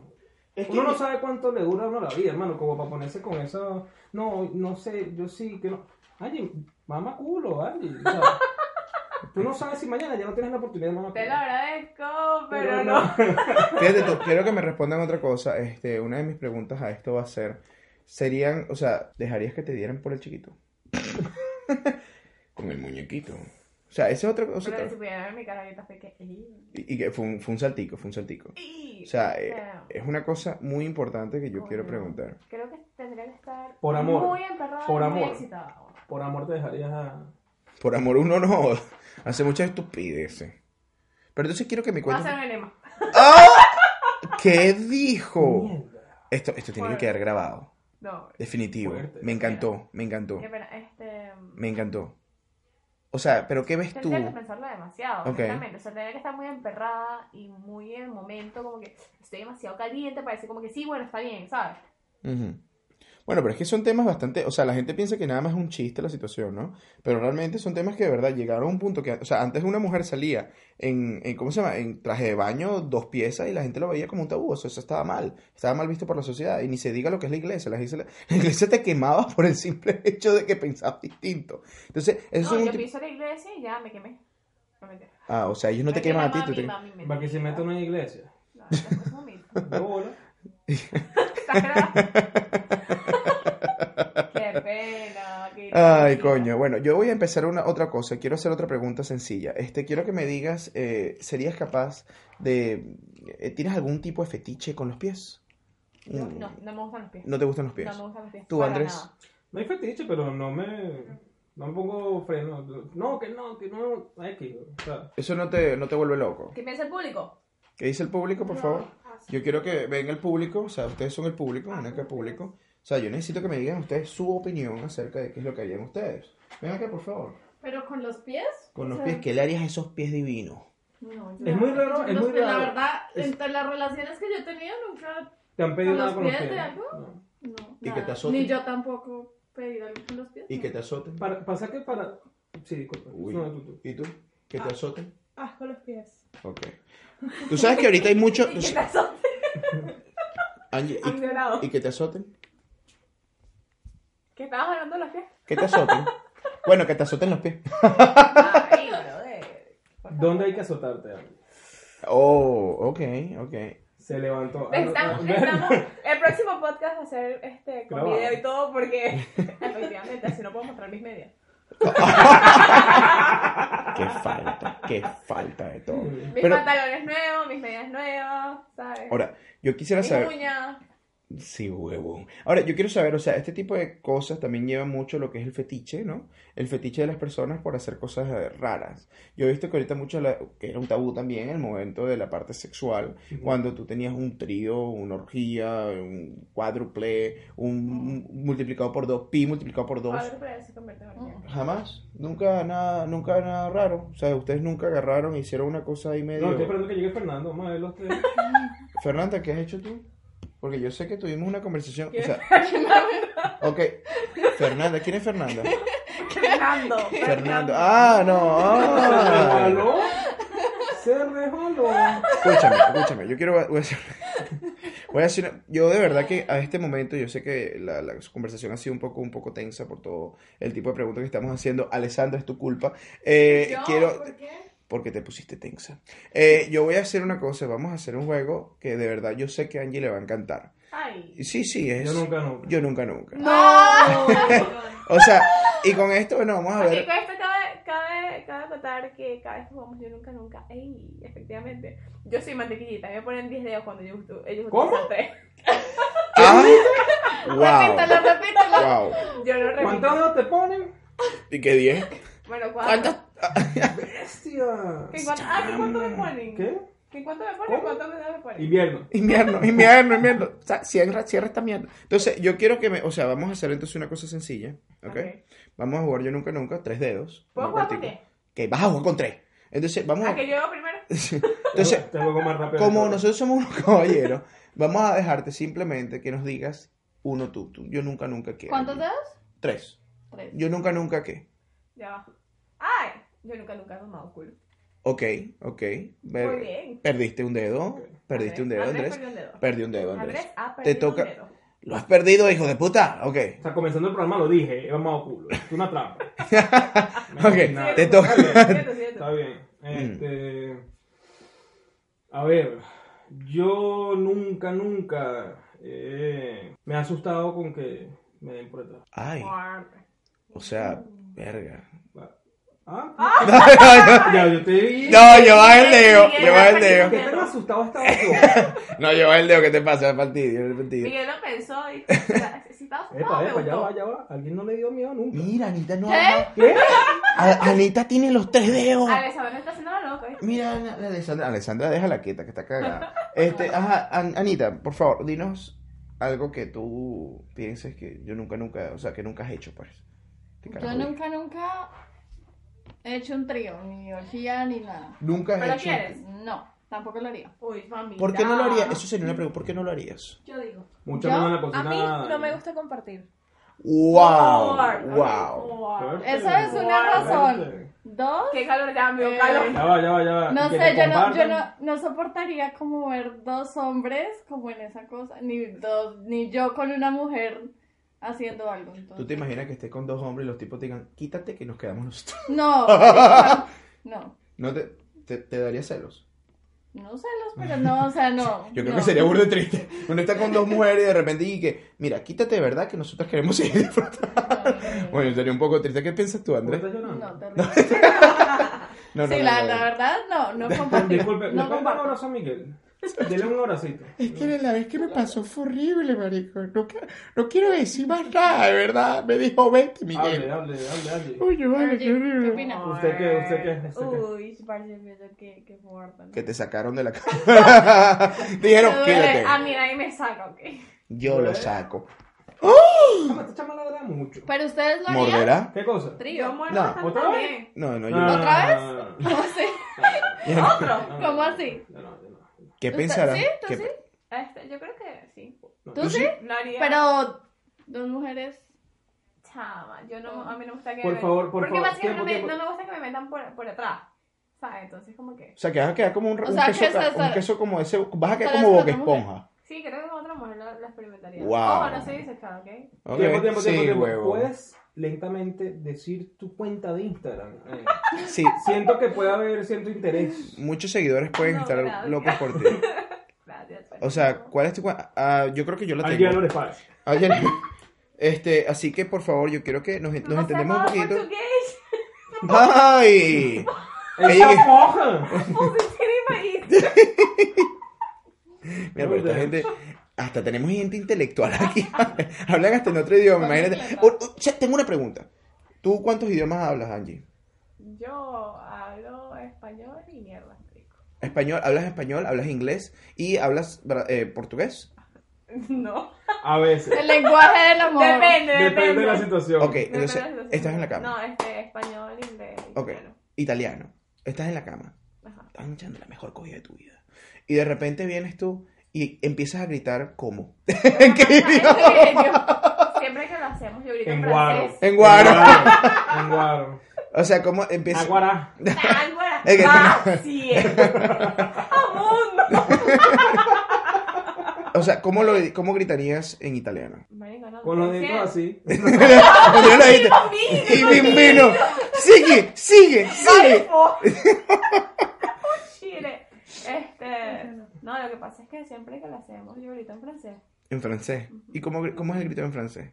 S1: Es que-
S3: Uno no sabe cuánto le dura a uno la vida, hermano, como para ponerse con eso. No, no sé, yo sí que no. Ay, mama culo, Angie. o sea, tú no sabes si mañana ya no tienes la oportunidad de mamar
S2: Te
S3: culo.
S2: lo agradezco, pero no.
S1: Fíjate tú, quiero que me respondan otra cosa. Este, una de mis preguntas a esto va a ser, serían, o sea, ¿dejarías que te dieran por el chiquito? Con el muñequito. O sea, ese es otro... o sea,
S2: Pero si
S1: otro-
S2: pudiera ver mi cara ahorita fue que... "Ey,
S1: Y, y que fue un, fue un saltico, fue un saltico.
S2: ey".
S1: O sea, eh,
S2: Pero,
S1: es una cosa muy importante que yo quiero
S2: coño,
S1: preguntar.
S2: Creo que tendría que estar
S3: Por amor,
S2: muy emperrada,
S3: por
S2: y
S3: amor.
S2: muy excitada. bueno.
S3: Por amor te dejarías a.
S1: Por amor uno no hace muchas estupideces. Pero entonces quiero que me
S2: Va a
S1: cuentes...
S2: ser un enema.
S1: ¿Qué dijo?
S3: Mierda.
S1: Esto, esto tiene que
S2: Fuerte.
S1: quedar grabado.
S2: No,
S1: Definitivo.
S3: Fuerte.
S1: Me encantó, me encantó.
S2: qué pena. Este,
S1: Me encantó. O sea, pero ¿qué ves tú?
S2: tendría que pensarlo demasiado,
S1: Ok.
S2: honestamente. O sea, tendría que estar muy emperrada y muy en el momento, como que estoy demasiado caliente para decir como que sí, bueno, está bien, ¿sabes?
S1: Ujú. Bueno, pero es que son temas bastante, o sea, la gente piensa que nada más es un chiste la situación, ¿no? Pero realmente son temas que de verdad llegaron a un punto que, o sea, antes una mujer salía en, en, ¿cómo se llama? En traje de baño, dos piezas y la gente lo veía como un tabú, o sea, eso estaba mal, estaba mal visto por la sociedad y ni se diga lo que es la iglesia, la iglesia, la iglesia te quemaba por el simple hecho de que pensabas distinto. Entonces, eso
S2: No,
S1: es un
S2: yo
S1: tipo-
S2: piso la iglesia y ya me quemé. No mentira.
S1: Ah, o sea, ellos no te
S2: Me
S1: queman a ti,
S2: quemaba
S1: tú
S2: mi
S1: te-
S2: mami, mentira.
S3: Para que se meta en una iglesia.
S2: No, no, eso es un mito.
S3: De bola.
S2: Exagerado. Qué pena. qué
S1: Ay,
S2: ironía.
S1: coño. Bueno, yo voy a empezar una otra cosa. Quiero hacer otra pregunta sencilla. Este, quiero que me digas, eh, ¿serías capaz de... eh, ¿Tienes algún tipo de fetiche con los pies?
S2: No,
S1: Mm,
S2: no, no me gustan los pies.
S1: ¿No te gustan los pies?
S2: No me gustan los pies.
S1: ¿Tú,
S2: para
S1: Andrés?
S2: nada.
S3: No hay fetiche, pero no me. No me pongo freno. No, que no, que no. Ay, que. O sea,
S1: Eso no te, no te vuelve loco.
S2: ¿Qué piensa el público?
S1: ¿Qué dice el público, por favor? Yo quiero que venga el público, o sea, ustedes son el público, ven acá público. O sea, yo necesito que me digan ustedes su opinión acerca de qué es lo que harían ustedes. Ven acá, por favor.
S5: Pero con los pies.
S1: Con los
S5: o sea,
S1: pies, ¿qué le harías a esos pies divinos?
S2: No, yo-
S3: es muy raro, es
S5: los
S3: muy
S5: pies, La
S3: raro.
S5: verdad,
S3: Es-
S5: entre las relaciones que yo he tenido, nunca.
S3: ¿Te han pedido
S5: ¿Con
S3: nada
S5: los
S3: con los
S5: pies de
S3: pies?
S5: algo?
S3: No.
S5: No,
S1: Y que
S5: nada.
S1: te azoten.
S5: Ni yo tampoco pedí algo con los pies.
S1: ¿Y
S5: no.
S1: que te azoten?
S3: Para- pasa que para. Sí, disculpa.
S1: Uy.
S3: No, tú, tú.
S1: ¿Y tú? ¿Que te azoten?
S4: Ah, con los pies.
S1: Ok. Tú sabes que ahorita hay mucho...
S2: ¿Y qué te azote?
S1: Angie,
S2: Han violado.
S1: ¿y, y que te azoten?
S2: ¿Qué estabas hablando de los pies?
S1: ¿Que te azoten? Bueno, que te azoten los pies.
S2: Ay, brother. Por favor.
S3: ¿Dónde hay que azotarte, Andy?
S1: Oh, ok, ok.
S3: Se levantó. Ah, no,
S2: Estamos,
S3: no,
S2: estamos, el próximo podcast va a ser este, con
S3: Grabado.
S2: video y todo porque efectivamente así no puedo mostrar mis medias.
S1: Qué falta, qué falta de todo.
S2: Mis
S1: Pero,
S2: pantalones nuevos, mis medias nuevas, ¿sabes?
S1: ahora, yo quisiera
S2: mis
S1: saber...
S2: uñas.
S1: Sí, huevón. Ahora, yo quiero saber, o sea, este tipo de cosas también lleva mucho lo que es el fetiche, ¿no? El fetiche de las personas por hacer cosas eh, raras. Yo he visto que ahorita mucho, la- que era un tabú también el momento de la parte sexual, cuando tú tenías un trío, una orgía, un cuádruple, un un multiplicado por dos, pi multiplicado por dos.
S2: Padre, pero se convierte en orgía.
S1: Jamás, nunca nada, nunca nada raro. O sea, ustedes nunca agarraron e hicieron una cosa ahí
S3: No, estoy
S1: medio.
S3: esperando que llegue Fernando. Vamos a ver los tres.
S1: Fernanda, ¿qué has hecho tú? Porque yo sé que tuvimos una conversación. O sea, ok. Fernanda, ¿quién es Fernanda?
S2: Fernando.
S1: Fernando. Ah, no. ah.
S3: ¿Aló? Se rejaló.
S1: Escúchame, escúchame. Yo quiero voy a hacer Voy a decir, yo de verdad que a este momento, yo sé que la, la conversación ha sido un poco, un poco tensa por todo el tipo de preguntas que estamos haciendo. Alessandra, es tu culpa. Eh,
S5: Yo,
S1: quiero,
S5: ¿por qué?
S1: porque te pusiste tensa. Eh, yo voy a hacer una cosa, vamos a hacer un juego que de verdad yo sé que a Angie le va a encantar.
S2: Ay.
S1: Sí, sí, es.
S3: Yo nunca, nunca.
S1: Yo nunca, nunca.
S2: No.
S1: O sea, y con esto, bueno, vamos a
S2: Porque
S1: ver.
S2: con esto cabe, cabe, cabe contar que cada vez que jugamos yo nunca, nunca. Ey, efectivamente. Yo soy mantequillita. Me ponen 10 dedos cuando yo uso- ellos
S3: ¿Cómo?
S2: utilizan tres.
S1: ¡Ah!
S5: Repítelo,
S1: ¡Wow!
S5: repítelo.
S1: ¡Wow!
S2: Yo lo repito.
S3: ¿Cuántos dedos te ponen?
S1: ¿Y qué 10?
S2: Bueno, ¿cuánto?
S1: ¿Cuántos?
S3: Bestia.
S2: ¿Qué cuánto? Ah, ¿qué cuánto me ponen?
S3: ¿Qué?
S2: ¿Qué cuánto me ponen?
S3: ¿Cómo?
S2: ¿Cuánto me dedos me ponen?
S3: Invierno.
S1: Invierno, invierno, invierno. O sea, cierra, cierra esta mierda. Entonces, yo quiero que me. O sea, vamos a hacer entonces una cosa sencilla. ¿Ok?
S2: Ok.
S1: Vamos a jugar yo nunca, nunca. Tres dedos.
S2: ¿Puedo
S1: una
S2: jugar con
S1: cartica. Que vas a jugar con tres. Entonces, vamos
S2: ¿A
S1: a.
S2: que yo primero?
S1: Entonces,
S3: te juego más rápido.
S1: como nosotros somos unos caballeros, vamos a dejarte simplemente que nos digas uno tú. tú. Yo nunca, nunca qué.
S5: ¿Cuántos dedos?
S1: Tres.
S5: Tres.
S1: Yo nunca, nunca qué.
S2: Ya va. ¡Ay! Yo nunca, nunca he tomado culo.
S1: Ok, ok. Ver-
S2: Muy bien.
S1: Perdiste un dedo. Perdiste un dedo,
S2: Andrés
S1: Andrés.
S2: perdió un dedo.
S1: Perdí un dedo, Andrés.
S2: Andrés ha
S1: Te
S2: perdido un
S1: toca.
S2: dedo.
S1: Lo has perdido, hijo de puta. Ok.
S3: O sea, comenzando el programa lo dije, he mamado culo. Es una trampa.
S1: Ok. Te
S2: Cierto,
S1: toca. Mm.
S2: cierto, cierto.
S3: Está bien. Este, A ver, yo nunca, nunca eh, me he asustado con que me den por atrás.
S1: Ay. O sea, verga.
S3: ¿Ah? Ya, yo te vi.
S1: No, lleva el dedo,
S2: Miguel,
S1: lleva el
S2: Miguel,
S1: dedo.
S3: ¿Qué tan asustado estaba yo?
S1: No, lleva el dedo, ¿qué te pasa? Es partido, es partido.
S2: Miguel lo pensó y dijo, o sea, si estaba asustado,
S3: Epa,
S2: me
S3: epa,
S5: Ah,
S3: ya va,
S2: gustó.
S3: ya va. Alguien no le dio miedo nunca.
S1: Mira, Anita no
S5: ¿Qué?
S1: habla.
S3: ¿Qué?
S1: A- Anita tiene los tres dedos.
S2: Alessandra está haciendo lo loco. ¿eh?
S1: Mira, Ana- la Alessandra, Alessandra, déjala quieta, que está cagada. Este, ajá, An- Anita, por favor, dinos algo que tú pienses que yo nunca, nunca, o sea, que nunca has hecho, pues. Te
S5: Yo
S1: carajo,
S5: nunca, nunca he hecho un trío, ni orgía, ni nada.
S1: Nunca has
S2: ¿Pero
S1: hecho.
S2: quieres?
S5: No, tampoco lo haría.
S2: Uy, mamita.
S1: ¿Por qué no lo harías? Eso sería una pregunta, ¿por qué no lo harías?
S2: Yo digo.
S3: Mucha
S5: Yo,
S3: mano en la cocina.
S2: A mí no me gusta compartir.
S1: ¡Wow!
S2: Por,
S1: ¡Wow!
S2: por.
S3: Fuerte,
S5: Esa es una
S2: Guau.
S5: razón. Dos,
S2: Qué calor ya, me dio
S5: Eh,
S2: calor.
S3: Ya va, ya va, ya va.
S5: no
S3: Y que
S5: sé,
S3: te
S5: yo no, yo
S3: compartan.
S5: no, no soportaría como ver dos hombres como en esa cosa, ni dos, ni yo con una mujer haciendo algo. entonces-
S1: ¿Tú te imaginas que estés con dos hombres y los tipos te digan, quítate que nos quedamos nosotros?
S5: No, no, no,
S1: ¿No te, te, te daría celos?
S5: no celos, pero no, o sea, no.
S1: Yo creo
S5: no.
S1: que sería burdo de triste. Uno está con dos mujeres y de repente y que, mira, quítate de verdad que nosotros queremos seguir disfrutando. Bueno, sería un poco triste. ¿Qué piensas tú,
S3: ¿Por qué
S1: Andrés?
S3: estás
S5: No,
S3: llorando?
S5: no, terrible.
S1: No,
S5: sí, la, la verdad, no, no compartir.
S3: Pues Disculpe, ¿le puedes
S5: no
S3: dar un
S5: comparto.
S3: abrazo a Miguel? Dele un abracito.
S1: Es que la vez que me pasó fue horrible, marico. No, qui- no quiero decir más nada, de verdad. Me dijo, vete,
S3: Hable,
S1: Miguel.
S3: hable, hable, hable.
S1: Oye, vale, qué
S5: ¿Qué
S1: horrible.
S5: opinas?
S3: ¿Usted qué? ¿Usted qué? ¿Usted qué?
S2: eh, Uy, parece que qué, qué fuerte. ¿no?
S1: Que te sacaron de la casa. Dijeron,
S2: Me duele.
S5: eh,
S1: quédate.
S2: Ah, mira, ahí me saca, ok.
S1: Yo lo saco.
S3: Chama, Esta chama ladra mucho.
S5: Pero ustedes lo harían.
S1: ¿Morderá?
S3: ¿Qué cosa?
S2: Yo
S5: Trío.
S2: muero
S1: No.
S2: bastante
S3: ¿Otra vez?
S2: también.
S1: No, no, yo
S3: Ah.
S1: no.
S5: ¿Otra
S3: vez?
S5: ¿Cómo así?
S2: ¿Otro?
S5: ¿Cómo así?
S3: No, no, no.
S1: ¿Qué
S5: ¿Usted-
S1: pensarán?
S5: sí? ¿Tú
S1: ¿Qué
S5: sí?
S1: pe-
S2: Este, yo creo que sí.
S5: ¿Tú sí?
S2: No haría.
S5: Pero dos mujeres.
S2: Chama, yo no, a mí no me gusta que
S3: Por
S2: me-
S3: favor, por
S2: Porque
S3: favor,
S2: básicamente no,
S3: tiempo,
S2: me,
S3: tiempo.
S2: no me gusta que me metan por, por atrás. ¿Sabes? Entonces, como que.
S1: O sea, que vas a quedar como un,
S5: O
S1: un
S5: sea,
S1: queso,
S5: que se-
S1: un queso como ese. Vas a quedar
S5: Para
S1: como boca
S5: las otras mujeres.
S1: esponja.
S2: Sí, creo que con otra mujer la, la experimentaría.
S1: Wow.
S2: Ojo, no soy bisexual, ¿ok?
S1: Ok,
S3: Tiempo, tiempo,
S1: sí,
S3: tiempo, tiempo.
S1: huevo.
S3: Puedes lentamente decir tu cuenta de Instagram. Eh,
S1: Sí,
S3: siento que puede haber cierto interés.
S1: muchos seguidores pueden
S2: No,
S1: estar
S2: gracias.
S1: locos por ti.
S2: Gracias. pues.
S1: O sea, ¿cuál es tu cua- ah, yo creo que yo la
S3: Al día
S1: tengo.
S3: no le pares.
S1: Alguien- Este, así que por favor, yo quiero que nos, nos
S2: No
S1: entendemos un
S2: seamos
S1: poquito.
S2: portugués.
S1: ¡Ay! Ella
S3: ¡Esa
S1: que-
S3: moja!
S2: Positivismo.
S1: Mira, pero esta gente. Hasta tenemos gente intelectual aquí. Hablan hasta en otro idioma, imagínate. O- o sea, tengo una pregunta. ¿Tú cuántos idiomas hablas, Angie?
S2: Yo hablo español y mierda, marico.
S1: Español, hablas español, hablas inglés y hablas bra- eh, portugués.
S2: No.
S3: A veces.
S5: El lenguaje del amor.
S2: Depende,
S3: Depende de la situación.
S1: Ok,
S2: Depende de la
S1: entonces,
S2: situación.
S1: Eh, estás en la cama.
S2: No, este, español, inglés.
S1: Ok,
S2: italiano.
S1: italiano. Estás en la cama.
S2: Ajá.
S1: Estás echando la mejor cogida de tu vida. Y de repente vienes tú y empiezas a gritar, ¿cómo? ¿En qué idioma?
S2: Ay, yo- Siempre que lo hacemos, yo grito en
S3: En guaro.
S2: francés.
S1: En guaro.
S3: En guaro.
S1: O sea, ¿cómo empiezas?
S3: Aguará.
S2: Ágora.
S1: Es que-
S2: Ah, sí. Amundo.
S1: O sea, ¿cómo, lo, cómo gritarías en italiano?
S2: Marico, no.
S3: Con los
S2: ¿por qué?
S3: dedos así.
S1: Yo lo dijiste.
S2: bambino,
S1: Y bimbino. Sigue, sigue, sigue.
S2: Chile. Este. No, lo que pasa es que siempre que lo hacemos, yo grito en francés.
S1: En francés. ¿Y cómo, gr- cómo es el grito en francés?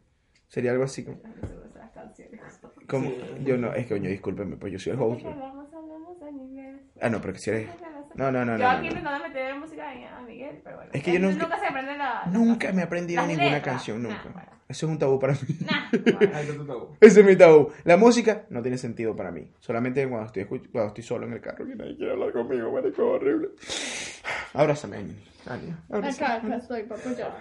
S1: Sería algo así como.
S2: Ay, se me hacen las canciones.
S1: como yo no, es que coño, discúlpeme, pues yo soy el host. ¿no?
S2: Hablamos, hablamos en inglés.
S1: Ah, no, pero que si eres. No, no, no,
S2: Yo
S1: no.
S2: aquí
S1: no, no.
S2: intentando meter música a a Miguel, pero bueno.
S1: Es que yo
S2: Él
S1: nunca-
S2: se aprende la.
S1: Nunca me he aprendido
S2: Las
S1: ninguna
S2: letras.
S1: canción, nunca.
S2: Nah, Ah, bueno.
S1: Eso es un tabú para mí.
S2: Nah, bueno.
S3: Ahí está tu tabú.
S1: Ese es mi tabú. La música no tiene sentido para mí. Solamente cuando estoy, escuch- cuando estoy solo en el carro, que nadie quiere hablar conmigo, marico, horrible. Abrázame, Ani. Ani, abrázame.
S5: Acá, acá estoy para apoyar.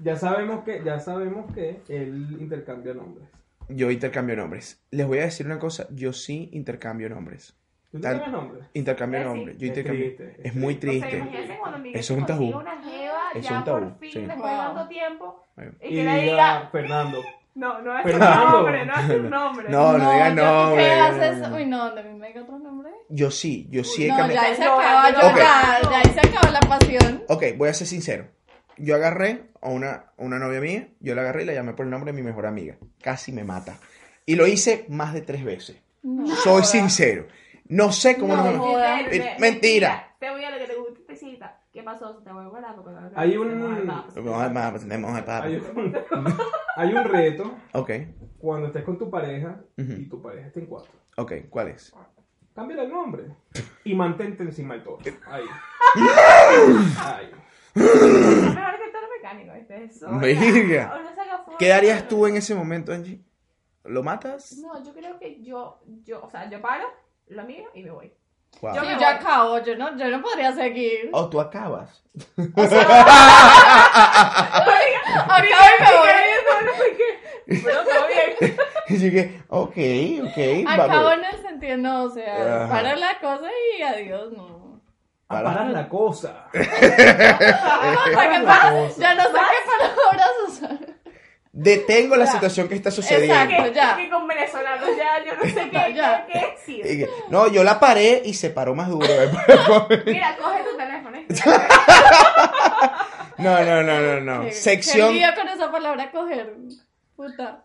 S3: Ya sabemos que, ya sabemos que él intercambia nombres.
S1: Yo intercambio nombres. Les voy a decir una cosa, yo sí intercambio nombres.
S3: ¿Tú
S1: Tal-
S3: tienes nombres?
S1: Intercambio
S2: Eh, sí.
S1: nombres. Yo
S3: Es
S1: intercambio.
S3: triste,
S1: es
S3: es
S1: muy
S2: O sea,
S1: triste.
S2: imagínate cuando Miguel
S1: Eso es un
S2: se consigue
S1: tabú.
S2: una jeva,
S1: Eso es
S2: ya
S1: un tabú,
S2: por fin,
S1: sí.
S2: después de
S5: Wow.
S2: tanto tiempo,
S1: Ahí va.
S2: y
S3: Y
S2: que le
S3: diga
S2: diga,
S3: Fernando.
S2: no, no es tu
S3: Fernando.
S2: nombre, no es tu nombre.
S1: No, no digas
S5: yo
S1: nombre.
S5: ¿Qué haces? Uy, no, ¿dónde me mega otro nombre?
S1: Yo sí, yo sí he
S5: No,
S1: cambiado.
S5: ya ahí se
S2: No,
S5: acaba,
S2: yo
S5: yo
S1: no.
S5: ya, ya ahí se acaba la pasión.
S1: Ok, voy a ser sincero. Yo agarré a una, a una novia mía, yo la agarré y la llamé por el nombre de mi mejor amiga. Casi me mata. Y lo hice más de tres veces. Soy sincero. No sé cómo
S5: No,
S1: no,
S5: no.
S1: Mentira.
S2: Te voy a lo que te gusta, te cita. ¿Qué pasó? Te voy a guardar porque no
S3: Hay un-
S1: Tenemos el
S3: Hay
S1: padre.
S3: un, hay un reto
S1: Ok,
S3: cuando estés con tu pareja
S1: Ujú.
S3: y tu pareja está en cuatro.
S1: ok, ¿cuál es?
S3: Cámbiale el nombre y mantente encima del toro. Ahí. Ahí.
S2: Es mejor que todo mecánico, ¿viste? Eso.
S1: Verga.
S2: O no saca foto,
S1: ¿Qué darías
S2: no.
S1: tú en ese momento, Angie? ¿Lo matas?
S2: No, yo creo que yo, yo, o sea, yo paro, lo miro y me voy.
S1: Wow.
S2: Yo-
S5: Yo
S2: me
S5: ya
S2: voy.
S5: acabo, yo no, yo no podría seguir.
S1: Oh, tú acabas.
S5: Acabo y me voy.
S2: Pero todo bien.
S1: Y llegué, ok, ok.
S5: Acabo
S1: vamos.
S5: en el sentido, no, o sea,
S1: Ajá.
S5: para la cosa y adiós, no.
S3: A parar la cosa.
S5: O sea, que
S3: la
S5: para-
S3: cosa.
S5: ya no sé qué palabras usar.
S1: Detengo la situación que está sucediendo.
S5: Exacto.
S2: Que,
S5: Ya.
S2: que con venezolanos ya, yo no sé qué,
S5: Ya.
S2: qué decir.
S1: Y que, No, yo la paré y se paró más duro.
S2: Mira, coge tu teléfono.
S1: No, no, no, no, no.
S5: Que-
S1: Sección.
S5: que lío con esa palabra coger. Puta.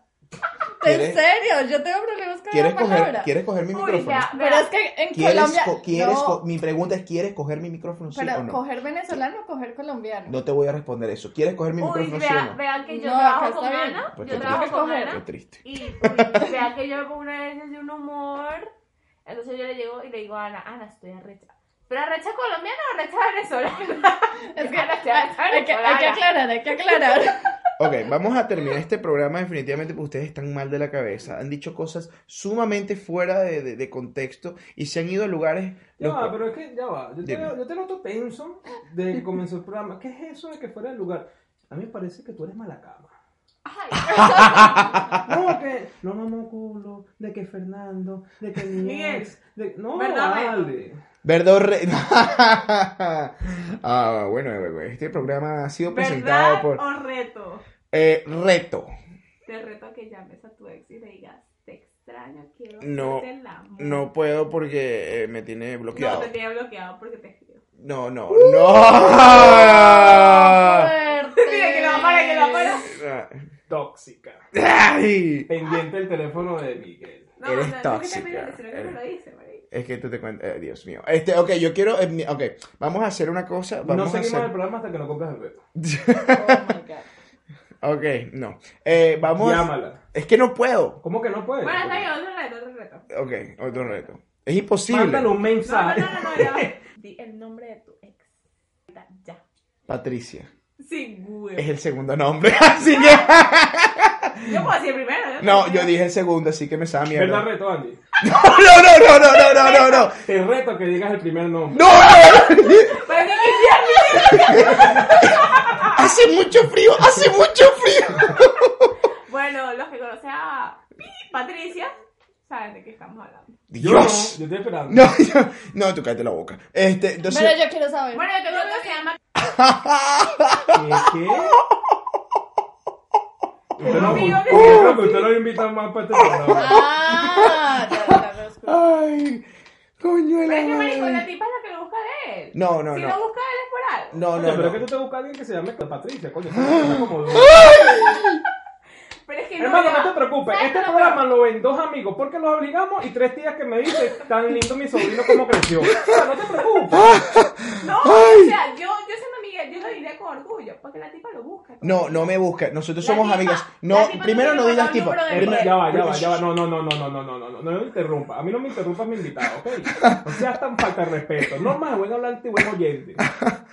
S1: ¿Quieres-
S5: En serio, yo tengo problemas con
S1: ¿Quieres
S5: la palabra.
S1: coger, ¿Quieres coger mi
S2: Uy,
S1: micrófono?
S2: ya,
S5: Pero es que en
S1: ¿Quieres
S5: Colombia.
S1: co- quieres
S5: no,
S1: co- mi pregunta es, ¿quieres coger mi micrófono sí
S5: pero
S1: o no?
S5: coger venezolano o coger colombiano.
S1: No te voy a responder eso. ¿Quieres coger mi
S2: Uy,
S1: micrófono sí o
S2: vea,
S1: no?
S2: vean que yo
S5: No, acá
S2: trabajo
S5: está
S2: con
S5: bien.
S2: Ana,
S1: Pues
S2: yo
S1: te
S2: trabajo
S5: tengo
S2: con
S5: que coger.
S1: Qué
S2: Ana,
S1: triste.
S2: y uy, vean que yo con una vez de un humor, entonces yo le llego y le digo a Ana, Ana, estoy arrecha. ¿Pero arrecha colombiana o arrecha venezolana?
S5: Es que
S2: Ana,
S5: hay,
S2: estoy arrecha
S5: hay que, hay que
S2: venezolana.
S5: aclarar, hay que aclarar.
S1: Ok, vamos a terminar este programa definitivamente porque ustedes están mal de la cabeza. Han dicho cosas sumamente fuera de, de- de contexto y se han ido a lugares...
S3: Ya
S1: los
S3: va,
S1: cuales-
S3: pero es que ya va. Yo te,
S1: Dime.
S3: yo te noto tenso desde que comenzó el programa. ¿Qué es eso de que fuera del lugar? A mí me parece que tú eres mala cama.
S1: Ah,
S3: No, que no mamó culo, de que Fernando, de que mi
S2: Miguel.
S3: ex, de... No,
S2: Verdad,
S3: vale.
S1: Verdor... ah, bueno, este programa ha sido presentado
S2: ¿Verdad Oh.
S1: por...
S2: o reto?
S1: Eh, reto.
S2: Te reto a que llames a tu ex y le digas, te extraño, quiero
S1: No,
S2: hacerte el amor".
S1: No puedo porque eh, me tiene
S2: No,
S1: bloqueado.
S2: te tiene Uh. bloqueado porque te escribo.
S1: No, no, no.
S5: Fuerte.
S2: Mira, que lo apara, que lo apara.
S3: Tóxica.
S1: Ay.
S3: Pendiente el teléfono de Miguel.
S2: No,
S1: Eres
S2: no, no,
S1: tóxica,
S2: No, es que te mire, sino que
S1: eres-
S2: no lo hice, marica.
S1: Es que tú te cuentas, eh, Dios mío. Este, ok, yo quiero, eh, mi- ok, vamos a hacer una cosa,
S3: No
S1: vamos a
S3: seguimos el
S1: hacer,
S3: programa hasta que no compras el reto.
S5: Oh my God.
S1: ok, no, eh, vamos, a,
S3: Llámala.
S1: es que no puedo,
S3: ¿Cómo que no puedes?
S2: Bueno, está bien, otro reto, otro reto.
S1: ok, otro reto, es imposible,
S3: Mándale un
S2: No, no,
S3: mensaje.
S2: no, no, ya. va. Di el nombre de tu ex. Ya, Ya.
S1: Patricia,
S2: Sí, güey.
S1: es el segundo nombre, así que,
S2: Yo puedo decir primero. ¿eh?
S1: no, yo dije el segundo, así que me estaba mierda,
S3: ¿Verdad
S1: no,
S3: reto, Andy?
S1: no, no, no, no, no, no, no, no,
S3: Te reto que digas el primer nombre.
S1: no, no.
S2: Parece que sí,
S1: hace mucho frío, hace mucho frío,
S2: Andy. Bueno, los que conocen a Patricia saben de qué estamos hablando.
S3: Yo no, yo estoy esperando.
S1: No, yo- no, tú cállate la boca. Este, entonces.
S5: Pero yo quiero saber.
S2: Bueno, yo tengo otro que se llama
S3: ¿Qué? ¿Qué? Usted no,
S2: Amigo,
S3: usted,
S2: que-
S3: creo que usted lo invita más para este programa.
S5: Ah, ya, ya lo escuché.
S1: Ay, coño de la
S2: Pero es que marico, la
S1: madre.
S2: tipa es la que lo busca de él.
S1: No, no,
S2: si
S1: no.
S2: lo busca de él es por algo.
S1: No,
S3: Coño,
S1: no,
S3: pero
S1: no.
S3: es que tú te buscas a alguien que se llame Patricia, coño. como dos.
S2: Pero es que
S3: Hermano,
S2: ya-
S3: no te preocupes.
S2: ¿sabes
S3: Este
S2: qué es lo
S3: programa
S2: peor?
S3: lo ven dos amigos porque los obligamos y tres tías que me dicen tan lindo mi sobrino como creció. O sea, no te preocupes.
S2: No, o sea, yo, yo siendo amiga, yo lo diría con orgullo, porque la tipa lo busca.
S1: No, no me busca. Nosotros
S2: La
S1: somos
S2: tipa-
S1: amigas.
S2: la
S1: No,
S2: tipa no
S1: primero
S2: tiene
S1: no
S2: guardado
S1: digas
S2: el
S1: tipo.
S2: número de
S1: primero-
S3: Ya
S2: teléfono.
S3: va, ya va, ya va. No, no, no, no, no, no, no, no, no, no me interrumpa. A mí no me interrumpas mi invitado, ¿ok? No seas tan falta de respeto. No más buen hablante y buen oyente.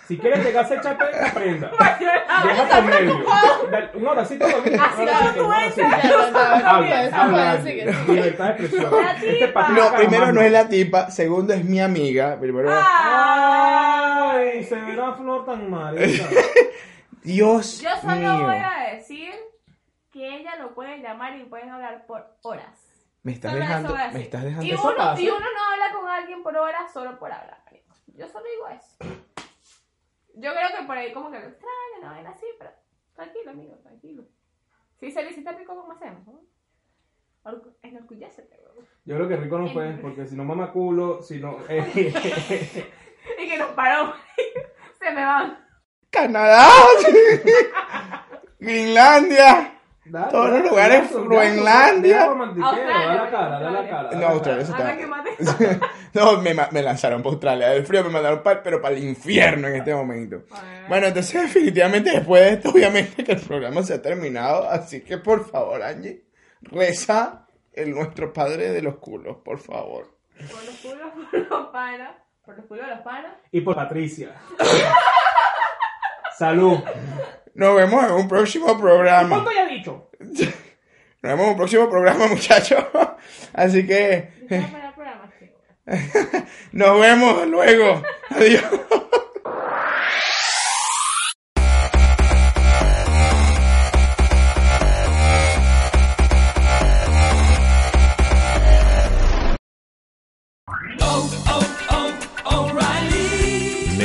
S3: Si quieres llegar a ser chape, aprenda. Deja por medio. Dale, Un horacito conmigo.
S2: Así
S3: un horacito, un horacito.
S2: no cuenta.
S4: Ya, ya, ya, ya,
S3: Habla,
S4: ya, ya,
S3: habla,
S4: ya, sigue,
S3: habla.
S4: sigue.
S3: Libertad de expresión. Este
S2: La tipa.
S3: patriarca
S1: No, primero
S3: manda.
S1: no es la tipa. Segundo es mi amiga. Primero.
S2: Ah,
S3: Ay, se ve la flor tan marica.
S1: Dios
S2: Yo solo
S1: mío.
S2: voy a decir que ella lo puede llamar y pueden hablar por horas.
S1: Me estás
S2: Solo eso
S1: dejando.
S2: voy a
S1: Me
S2: decir.
S1: estás dejando.
S2: Y
S3: eso
S2: uno,
S3: pasa.
S2: y uno no habla con alguien por horas solo por hablar. marico. Yo solo digo eso. Yo creo que por ahí como que lo extraño, no era así, pero tranquilo, amigo, tranquilo. Si se le hiciste rico, ¿cómo hacemos? no? Orgu- Enorgullécete, weón.
S3: Yo creo que rico no puedes, porque si no mama culo, si no. eh,
S2: Y que nos paró, se me van.
S1: Canadá. Grinlandia.
S3: dale,
S1: Todos los
S3: dale,
S1: lugares,
S3: dale,
S1: Groenlandia.
S3: dale, romantiqueo, Da la
S2: Australia,
S3: cara, da la
S2: Australia.
S3: cara. da
S1: No,
S3: la cara.
S1: Australia, eso
S2: Ahora
S1: está.
S2: que maté.
S1: No, me, ma- me lanzaron para Australia del frío, me mandaron para, pero para el infierno en este momento. Bueno, entonces definitivamente después de esto, obviamente que el programa se ha terminado, así que por favor, Angie, reza el nuestro padre de los culos, por favor.
S2: Por los culos, por los panos. Por los culos, los panos.
S3: Y por Patricia. Salud.
S1: Nos vemos en un próximo programa.
S3: ¿Cuánto ya dicho?
S1: Nos vemos en un próximo programa, muchachos. Así que
S2: Vamos a parar el programa, chicos.
S1: nos vemos luego. Adiós.